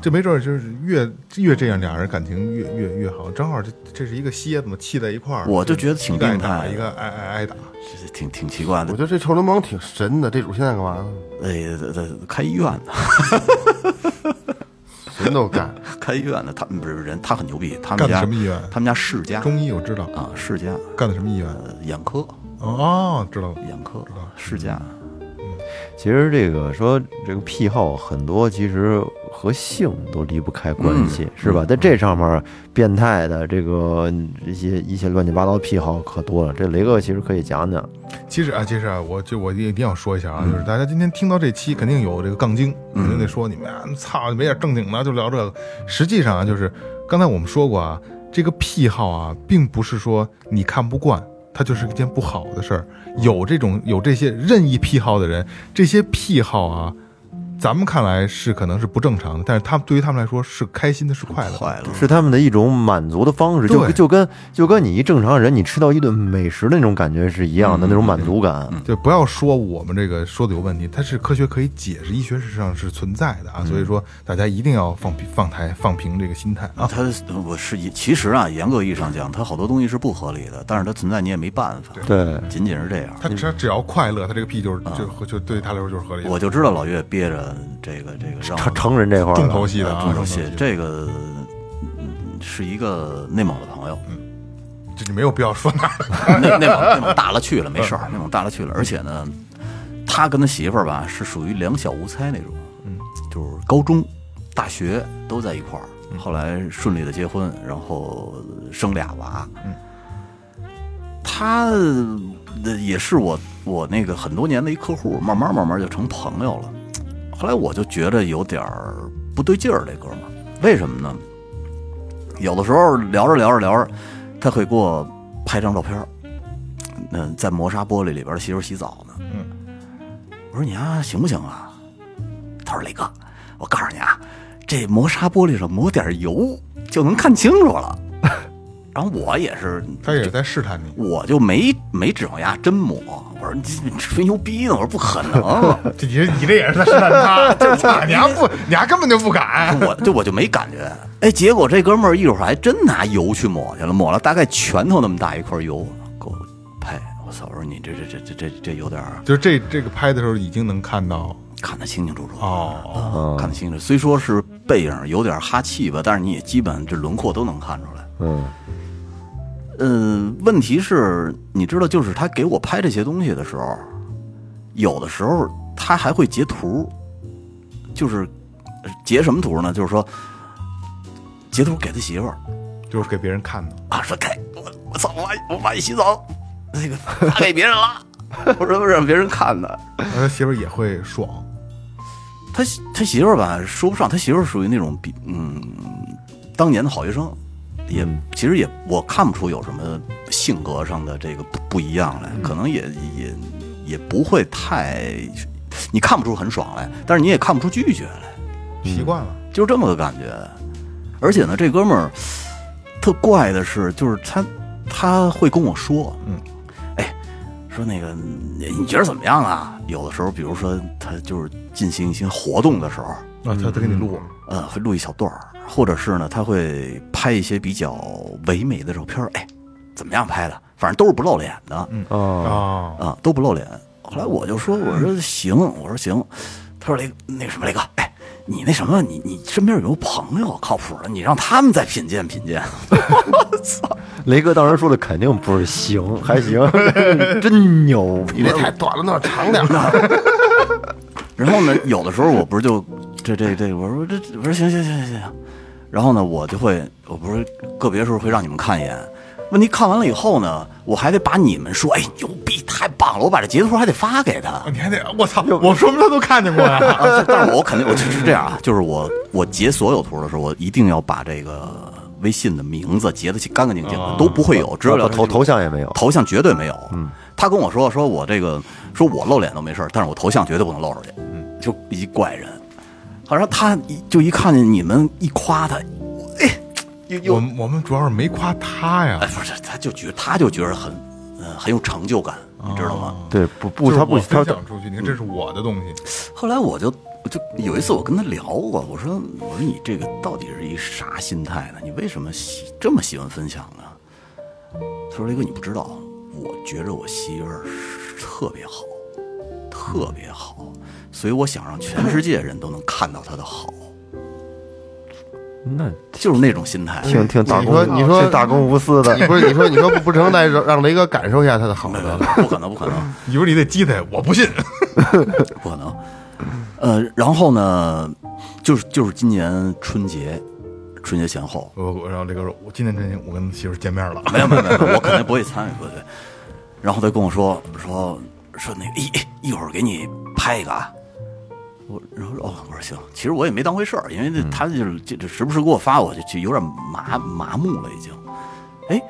D: 这没准儿就是越越这样，俩人感情越越越好。正好这这是一个蝎子嘛，砌在一块儿，
C: 我就觉得挺
D: 一个爱
C: 病
D: 打，
C: 态啊
D: 一
C: 的，
D: 个挨挨挨打。
C: 这挺挺奇怪
A: 我
C: 的
A: 觉。得这臭流氓挺神的，这主现在干嘛呢？
C: 哎，这这开医院的，
A: 什么都 干，
C: 开医院的，他们不是人，他很牛逼。他们
D: 干的
C: 家
D: 什么医院
C: 他们家世家
D: 中医我知道，
C: 啊，世家
D: 干的什么医院？
C: 呃眼科，
D: 哦，知道了。
C: 眼科世家。
B: 其实这个说这个癖好很多，其实和性都离不开关系，
D: 嗯
B: 是吧？在这上面儿，变态的这个一些一些乱七八糟癖好可多了。这雷哥其实可以讲讲，
D: 其实啊，其实啊，我就我一定要说一下啊，就是大家今天听到这期，肯定有这个杠精，肯定得说你们啊，操，没点正经的就聊这个。实际上啊，就是刚才我们说过啊，这个癖好啊，并不是说你看不惯，它就是一件不好的事儿。有这种有这些任意癖好的人，这些癖好啊，咱们看来是可能是不正常的，但是他们对于他们来说是开心的，是快乐的。
C: 坏了，
B: 是他们的一种满足的方式，就
D: 对
B: 就跟就跟你一正常人，你吃到一顿美食的那种感觉是一样的
D: 嗯
B: 那种满足感。
D: 对，不要说我们这个说的有问题，它是科学可以解释，医学史上是存在的啊，所以说大家一定要放平放台放平这个心态啊。
C: 它我是一其实啊，严格意义上讲，它好多东西是不合理的，但是它存在你也没办法，
B: 对，
D: 哦
C: 仅仅是这样。
D: 他只只要快乐，他这个屁就是就就对他来说就是合理的。
C: 我就知道老岳憋着这个这个让
B: 成成人这块儿
D: 重
B: 了
D: 头戏的啊，
C: 重头
D: 重
C: 戏，这个嗯是一个内蒙的朋友，
D: 这你没有必要说 那
C: 内内蒙内蒙大了去了，没事儿，内蒙大了去了。而且呢，他跟他媳妇儿吧是属于两小无猜那种，嗯，就是高中、大学都在一块儿，后来顺利的结婚，然后生俩娃。嗯，他呃也是我我那个很多年的一客户，慢慢慢慢就成朋友了。后来我就觉得有点儿不对劲儿，这哥们儿为什么呢？有的时候聊着聊着聊着，他会给我拍张照片儿，嗯，在磨砂玻璃里边儿媳妇儿洗澡呢。嗯，我说你啊，行不行啊？他说磊哥，我告诉你啊，这磨砂玻璃上抹点油就能看清楚了。 然后我也是，
D: 他也是在试探你。
C: 我就没没指望呀，真抹。我说你这你吹牛逼呢，我说不可能。
D: 这你这你这也是在试探他， 这操你还不你还根本就不敢。
C: 我对我就没感觉。哎，结果这哥们儿一会儿还真拿油去抹去了，抹了大概拳头那么大一块油，给我拍。我操！我说你这这这这这这有点儿
D: 就是这这个拍的时候已经能看到
C: 看得清清楚楚，
D: 哦，
C: 啊看得清楚。虽说是背影有点哈气吧，但是你也基本这轮廓都能看出来。
B: 嗯，
C: 嗯，问题是，你知道，就是他给我拍这些东西的时候，有的时候他还会截图，就是呃截什么图呢？就是说截图给他媳妇儿，
D: 就是给别人看的。
C: 啊，说给我我操，我把我把你洗澡那 个发给别人了，我说让别人看的。
D: 他媳妇儿也会爽，
C: 他媳他媳妇儿吧，说不上，他媳妇儿属于那种比嗯，当年的好学生，也其实也我看不出有什么性格上的这个不不一样来，可能也也也不会太，你看不出很爽来，但是你也看不出拒绝来。
D: 习惯了。
C: 就是这么个感觉。而且呢，这哥们儿特怪的是，就是他他会跟我说，嗯，哎，说那个你你觉得怎么样啊？有的时候，比如说他就是进行一些活动的时候，
D: 啊，他他给你录，
C: 呃，会录一小段儿，或者是呢，他会拍一些比较唯美的照片儿，哎，怎么样拍的？反正都是不露脸的，嗯，
B: 哦，
D: 啊，
C: 啊，都不露脸。后来我就说，我说行， 我说行。他说雷那个什么雷哥，哎，你那什么，你你身边有没有朋友靠谱的？你让他们再品鉴品鉴。
B: 雷哥当时说的肯定不是行，还行， 真牛逼，
A: 你这太短了，那 长点儿。
C: 然后呢，有的时候我不是就这这这，我说这我说行行行行行。然后呢，我就会，我不是个别时候会让你们看一眼。问题看完了以后呢，我还得把你们说，哎，牛逼，太棒了！我把这截图还得发给他。
D: 啊你还得我操，我说明他都看见过 呀。
C: 啊但是我肯定我就是这样啊，就是我我截所有图的时候，我一定要把这个微信的名字截的干干净净的，都不会有，只有
B: 头头头像也没有，
C: 头像绝对没有。嗯，他跟我说说我这个说我露脸都没事儿但是我头像绝对不能露出去。嗯，就一怪人，好像他一就一看见你们一夸他，我哎，又又
D: 我们我们主要是没夸他呀
C: 哎，不是，他就觉他就觉得很呃很有成就感，你知道吗？
B: 对，不不，他不，
D: 他嗯
B: 他
D: 讲出去，你看这是我的东西，
C: 后来我就我就有一次我跟他聊过，我说我说你这个到底是一啥心态呢？你为什么喜这么喜欢分享呢？他说雷哥你不知道，我觉着我媳妇儿是特别好，特别好，所以我想让全世界人都能看到她的好，
B: 那
C: 就是那种心态。
B: 挺挺大
A: 你
B: 公
A: 说，你说
B: 挺大公无私的
A: 你，不是你说你说不成，再让让雷哥感受一下他的 好
C: 没有没有
A: 的。
C: 没有不可能，不可能。
D: 你说你得激他，我不信。
C: 不可能。呃，然后呢，就是就是今年春节，春节前后，
D: 我我然后雷哥说，我今天真我跟媳妇见面了，
C: 没有没有没有，我肯定不会参与，对对。然后他跟我说说说那个一一会儿给你拍一个啊。我然后说哦，我说行，其实我也没当回事儿，因为
D: 嗯
C: 这他就是这这时不时给我发，我就就有点麻麻木了已经。哎，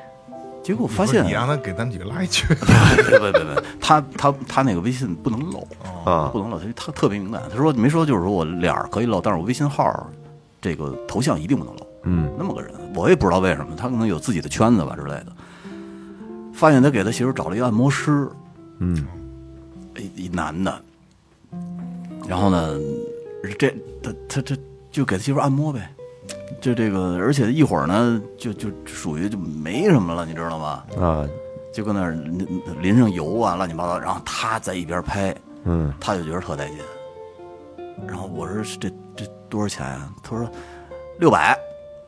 C: 结果我发
D: 不是
C: 现
D: 你啊让他给咱几个拉一 群，
C: 别别别别，他他他那个微信不能搂，
B: 啊
C: 不能搂，他他特别敏感。他说没说就是说我脸儿可以露，但是我微信号儿这个头像一定不能露。嗯，那么个人，我也不知道为什么，他可能有自己的圈子吧之类的。发现他给他媳妇儿找了一个按摩师，嗯，一一男的，然后呢，这他他他就给他媳妇儿按摩呗。就这个，而且一会儿呢，就就属于就没什么了，你知道吗？
B: 啊，
C: 就跟那儿淋淋上油啊，乱七八糟。然后他在一边拍，
B: 嗯，
C: 他就觉得特带劲。然后我说这这多少钱啊？他说六百。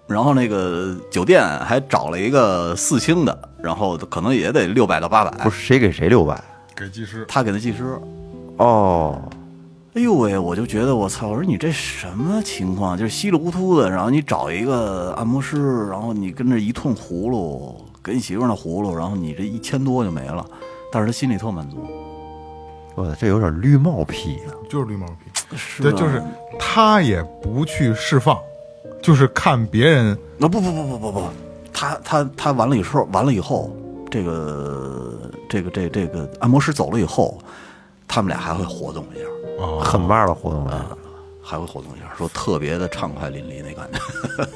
C: 然后那个酒店还找了一个四星的，然后可能也得六百到八百
B: 不。是谁给谁六百
D: 给技师，
C: 他给那技师，
B: 哦，
C: 哎呦喂，我就觉得我操！我说你这什么情况？就是稀里糊涂的，然后你找一个按摩师，然后你跟着一通葫芦，给你媳妇儿那葫芦，然后你这一千多就没了。但是他心里特满足，
B: 我这有点绿帽啊癖了，
D: 就是绿毛皮，
C: 是
D: 对，
C: 吧
D: 就是他也不去释放，就是看别人
C: 那不不不不不不，他他他完了以后，完了以后，这个这个这这个按摩师走了以后，他们俩还会活动一下，
D: 啊，
B: 很棒的活动来着，
C: 还会活动一下，说特别的畅快淋漓那感觉，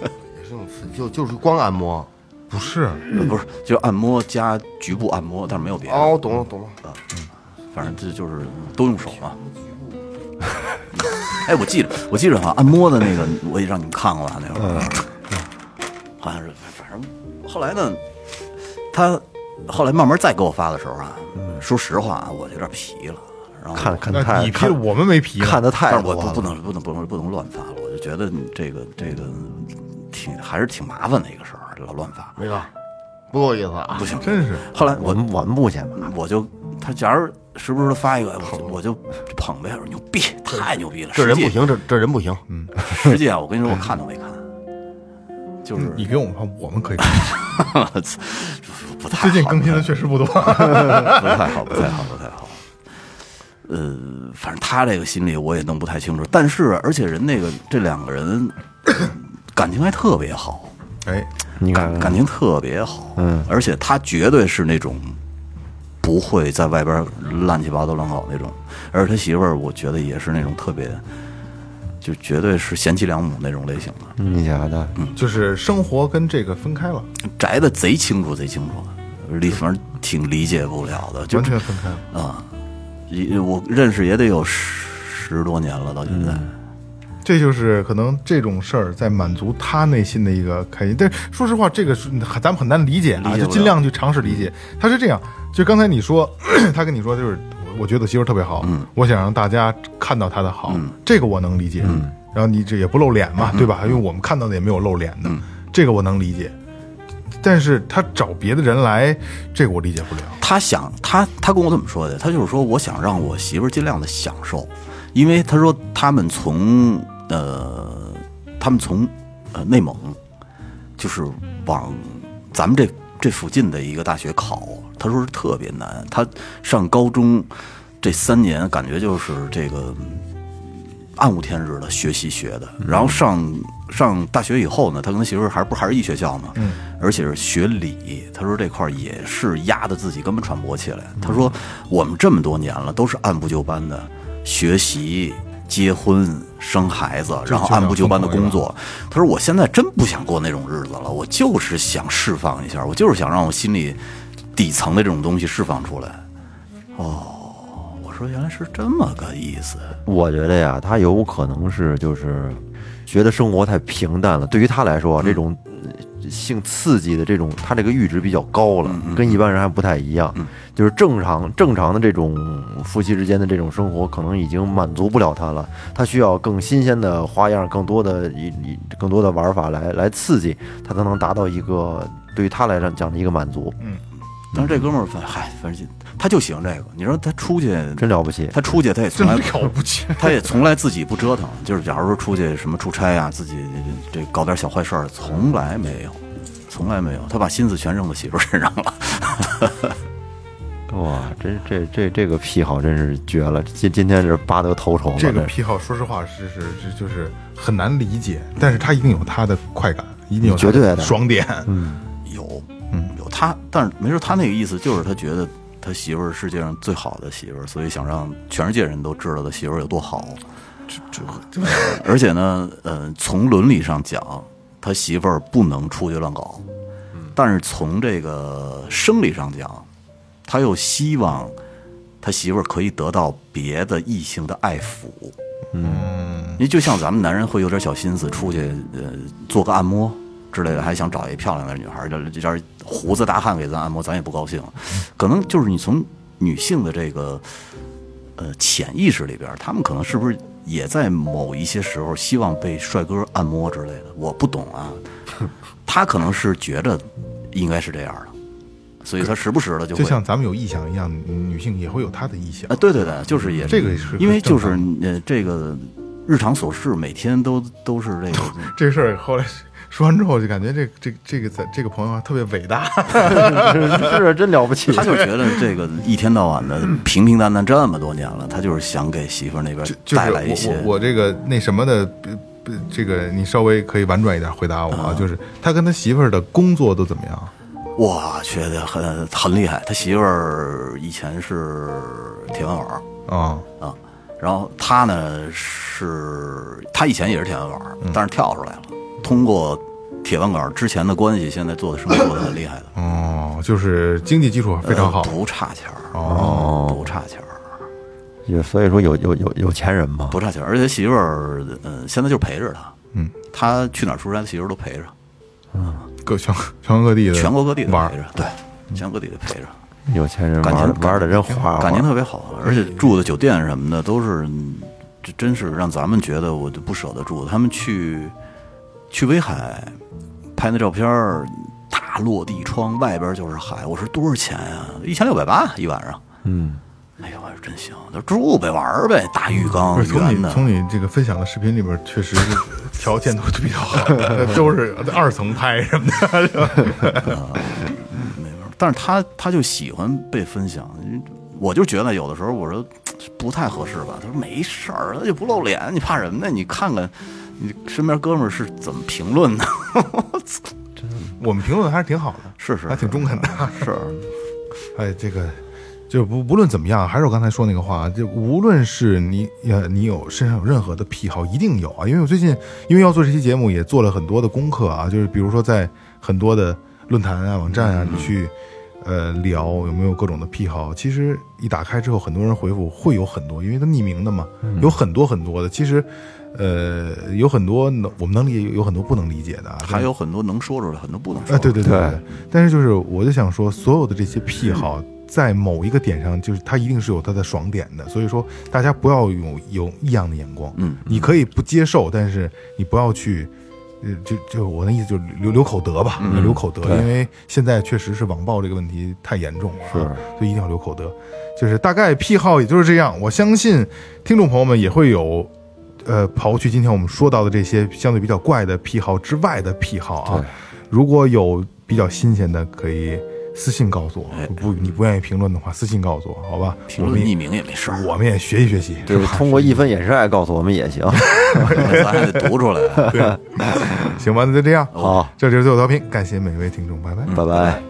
A: 也是用刺激，就就是光按摩。
D: 不是，
C: 不是就按摩加局部按摩，但是没有别的，
A: 哦，懂了懂了。
C: 反正这就是都用手嘛。 哎，我记得我记得哈，按摩的那个我也让你们看过吧，那会儿，
B: 嗯
C: 好像是反正后来呢，他后来慢慢再给我发的时候啊，说实话啊，我有点皮了，然后
B: 嗯看看
D: 那
B: 太
D: 你皮了
B: 看
D: 我们没皮呢，
B: 看的太
C: 但是
B: 多
C: 我不
B: 了，
C: 不能不能不能不能乱发了，我就觉得你这个这个挺还是挺麻烦的一个事儿，老乱发
A: 没哥，不够意思啊
C: 不！行。
D: 真是
C: 后来
B: 我
C: 我
B: 们我们不嫌麻
C: 我就他假如时不时的发一个，我就我就捧呗，我说牛逼，太牛逼了，
A: 这人
C: 实际
A: 不行，这这人不行。
C: 实际啊，我跟你说，我看都没看，就是
D: 嗯 你给我们发，我 们可以。
C: 不太
D: 最近
C: 好，
D: 更新的确实不多，
C: 不太好，不太好，不太好。呃，反正他这个心理我也弄不太清楚，但是而且人那个这两个人感情还特别好，
D: 哎，
B: 烦，你看
C: 感感情特别好，嗯，而且他绝对是那种不会在外边乱七八糟乱搞那种，而且他媳妇儿我觉得也是那种特别，就绝对是贤妻良母那种类型的，
B: 你瞧瞧，
D: 就是生活跟这个分开了，
C: 宅的贼清楚，贼清楚，理反正挺理解不了的，就
D: 完
C: 是
D: 全分开了。
C: 啊，一我认识也得有十十多年了，到现在，
D: 嗯这就是可能这种事儿在满足他内心的一个开心，但是说实话，这个是很咱们很难理解啊，
C: 理解不
D: 就
C: 了嗯
D: 尽量去尝试理解。他是这样，就刚才你说， 他跟你说就是，我我觉得媳妇儿特别好，我想让大家看到她的好，
C: 嗯
D: 这个我能理解。然后你这也不露脸嘛，对吧？因为我们看到的也没有露脸
C: 嗯
D: 的，这个我能理解。但是他找别的人来，这个我理解不了。
C: 他想他他跟我怎么说的？他就是说我想让我媳妇儿尽量的享受，因为他说他们从呃他们从呃内蒙就是往咱们这这附近的一个大学考，他说是特别难。他上高中这三年感觉就是这个暗无天日的学习学的，然后上上大学以后呢，他跟他媳妇儿还不还是一学校嘛，而且是学理，他说这块儿也是压得自己根本喘不过气来。他说我们这么多年了，都是按部就班的学习、结婚、生孩子，然后按部就班的工作。他说我现在真不想过那种日子了，我就是想释放一下，我就是想让我心里底层的这种东西释放出来。哦，我说原来是这么个意思。
B: 我觉得呀，他有可能是就是觉得生活太平淡了，对于他来说，啊这种呃性刺激的这种，他这个阈值比较高了，跟一般人还不太一样。就是正常正常的这种夫妻之间的这种生活，可能已经满足不了他了，他需要更新鲜的花样，更多的一一更多的玩法来来刺激，他才能达到一个对于他来讲的一个满足。
C: 但是这哥们儿，反嗨，反正就他就喜欢这个。你说他出去，
B: 真了不起。
C: 他出去他也
D: 真
C: 从来
D: 了不起。
C: 他也从来自己不折腾，就是假如说出去什么出差啊，自己这搞点小坏事儿，从来没有，从来没有。他把心思全扔到媳妇儿身上了。
B: 哇，真这这这个癖好真是绝了！今今天这拔得头筹了，
D: 这个
B: 真是
D: 癖好，说实话是是是就是很难理解，但是他一定有他的快感，一定有他
B: 绝对的
D: 爽点。
C: 有，嗯，有他，但是没事，他那个意思就是他觉得他媳妇儿是世界上最好的媳妇儿，所以想让全世界人都知道他媳妇儿有多好。呃而且呢，呃，从伦理上讲，他媳妇儿不能出去乱搞，但是从这个生理上讲，他又希望他媳妇儿可以得到别的异性的爱抚。
D: 嗯，
C: 你就像咱们男人会有点小心思，出去呃做个按摩之类的，还想找一漂亮的女孩儿，这这这胡子大汉给咱按摩，咱也不高兴。可能就是你从女性的这个呃潜意识里边儿，她们可能是不是也在某一些时候希望被帅哥按摩之类的？我不懂啊，她可能是觉着应该是这样的，所以她时不时的就会
D: 就像咱们有臆想一样，女性也会有她的臆想
C: 啊，。对对对，就是也
D: 这个是
C: 因为就是
D: 正
C: 呃这个日常琐事，每天都都是这个。
D: 这个事儿后来说完之后，就感觉这个这个这个在这个朋友啊特别伟大。
B: 是 啊真了不起。
C: 他就觉得这个一天到晚 的平平淡淡这么多年了，他就是想给媳妇儿那边
D: 就就是
C: 带来一些
D: 我。我我这个那什么的，呃呃这个你稍微可以婉转一点回答我啊，就是他跟他媳妇儿的工作都怎么样？
C: 哇，觉得很很厉害。他媳妇儿以前是铁饭碗儿
D: 啊，
C: 啊，然后他呢是他以前也是铁饭碗儿，
D: 嗯
C: 但是跳出来了，通过铁饭碗儿之前的关系，现在做的生意做的很厉害的，
D: 哦，就是经济基础非常好
C: 呃，不差钱儿
D: 哦
C: 不差钱儿。
B: 也所以说有有有有钱人嘛，
C: 不差钱儿，而且媳妇儿，嗯、现在就陪着他，
D: 嗯，
C: 他去哪儿出差，他媳妇儿都陪着，
D: 各全全国各地的
C: 全国各地的
D: 玩
C: 陪
D: 儿嗯
C: 着，对，全国各地的陪着，
B: 有钱人
C: 感
B: 玩
C: 情
B: 的玩的真
D: 啊
B: 花花。
C: 感情特别好，
D: 嗯
C: 而且住的酒店什么的都是，这真是让咱们觉得我就不舍得住。他们去去威海拍那照片儿，大落地窗，外边就是海，我说多少钱啊？一千六百八一晚上。
B: 嗯，
C: 哎呦，我说真行，他说住呗，玩儿呗，大浴缸
D: 不是从
C: 啊圆
D: 你
C: 的，
D: 从你这个分享的视频里边，确实是条件都比较好， 都是二层拍什么的。 是吧
C: 没法儿但是他他就喜欢被分享，我就觉得有的时候我说不太合适吧，他说没事儿，啊他就不露脸，你怕什么呢？你看看你身边哥们儿是怎么评论的，
D: 我们评论还是挺好的，
C: 是是
D: 还挺中肯的。
C: 是，
D: 哎，这个就不不论怎么样，还是我刚才说那个话，啊就无论是你呃你有身上有任何的癖好，一定有啊。因为我最近因为要做这期节目，也做了很多的功课啊，就是比如说在很多的论坛啊、网站啊，
C: 嗯
D: 你去呃聊有没有各种的癖好，其实一打开之后，很多人回复会有很多，因为它匿名的嘛，
C: 嗯
D: 有很多很多的。其实呃有很多能我们能理解，有有很多不能理解的啊，
C: 还有很多能说出来，很多不能说。
D: 啊，对对对
B: 对嗯
D: 但是就是我就想说，所有的这些癖好，在某一个点上，就是它一定是有它的爽点的。所以说，大家不要有有异样的眼光，
C: 嗯，
D: 你可以不接受，但是你不要去。呃，就就我的意思就是留留口德吧，留口德，
B: 嗯对
D: 因为现在确实是网暴这个问题太严重了啊，
B: 是
D: 所以一定要留口德。就是大概癖好也就是这样，我相信听众朋友们也会有呃，刨去今天我们说到的这些相对比较怪的癖好之外的癖好啊
B: 对，
D: 如果有比较新鲜的，可以私信告诉我。不，你不愿意评论的话，私信告诉我，好吧？
C: 哎评
D: 我
C: 论
D: 们
C: 匿
D: 也
C: 名也没事儿，
D: 我们也学习学习，
B: 就是通过一分也是爱告诉我们也行。
C: 咱还得读出来。啊
D: 行吧？那就这样，
B: 好，
C: 嗯
D: 这里是最后调频，感谢每位听众，拜拜。
B: 拜拜。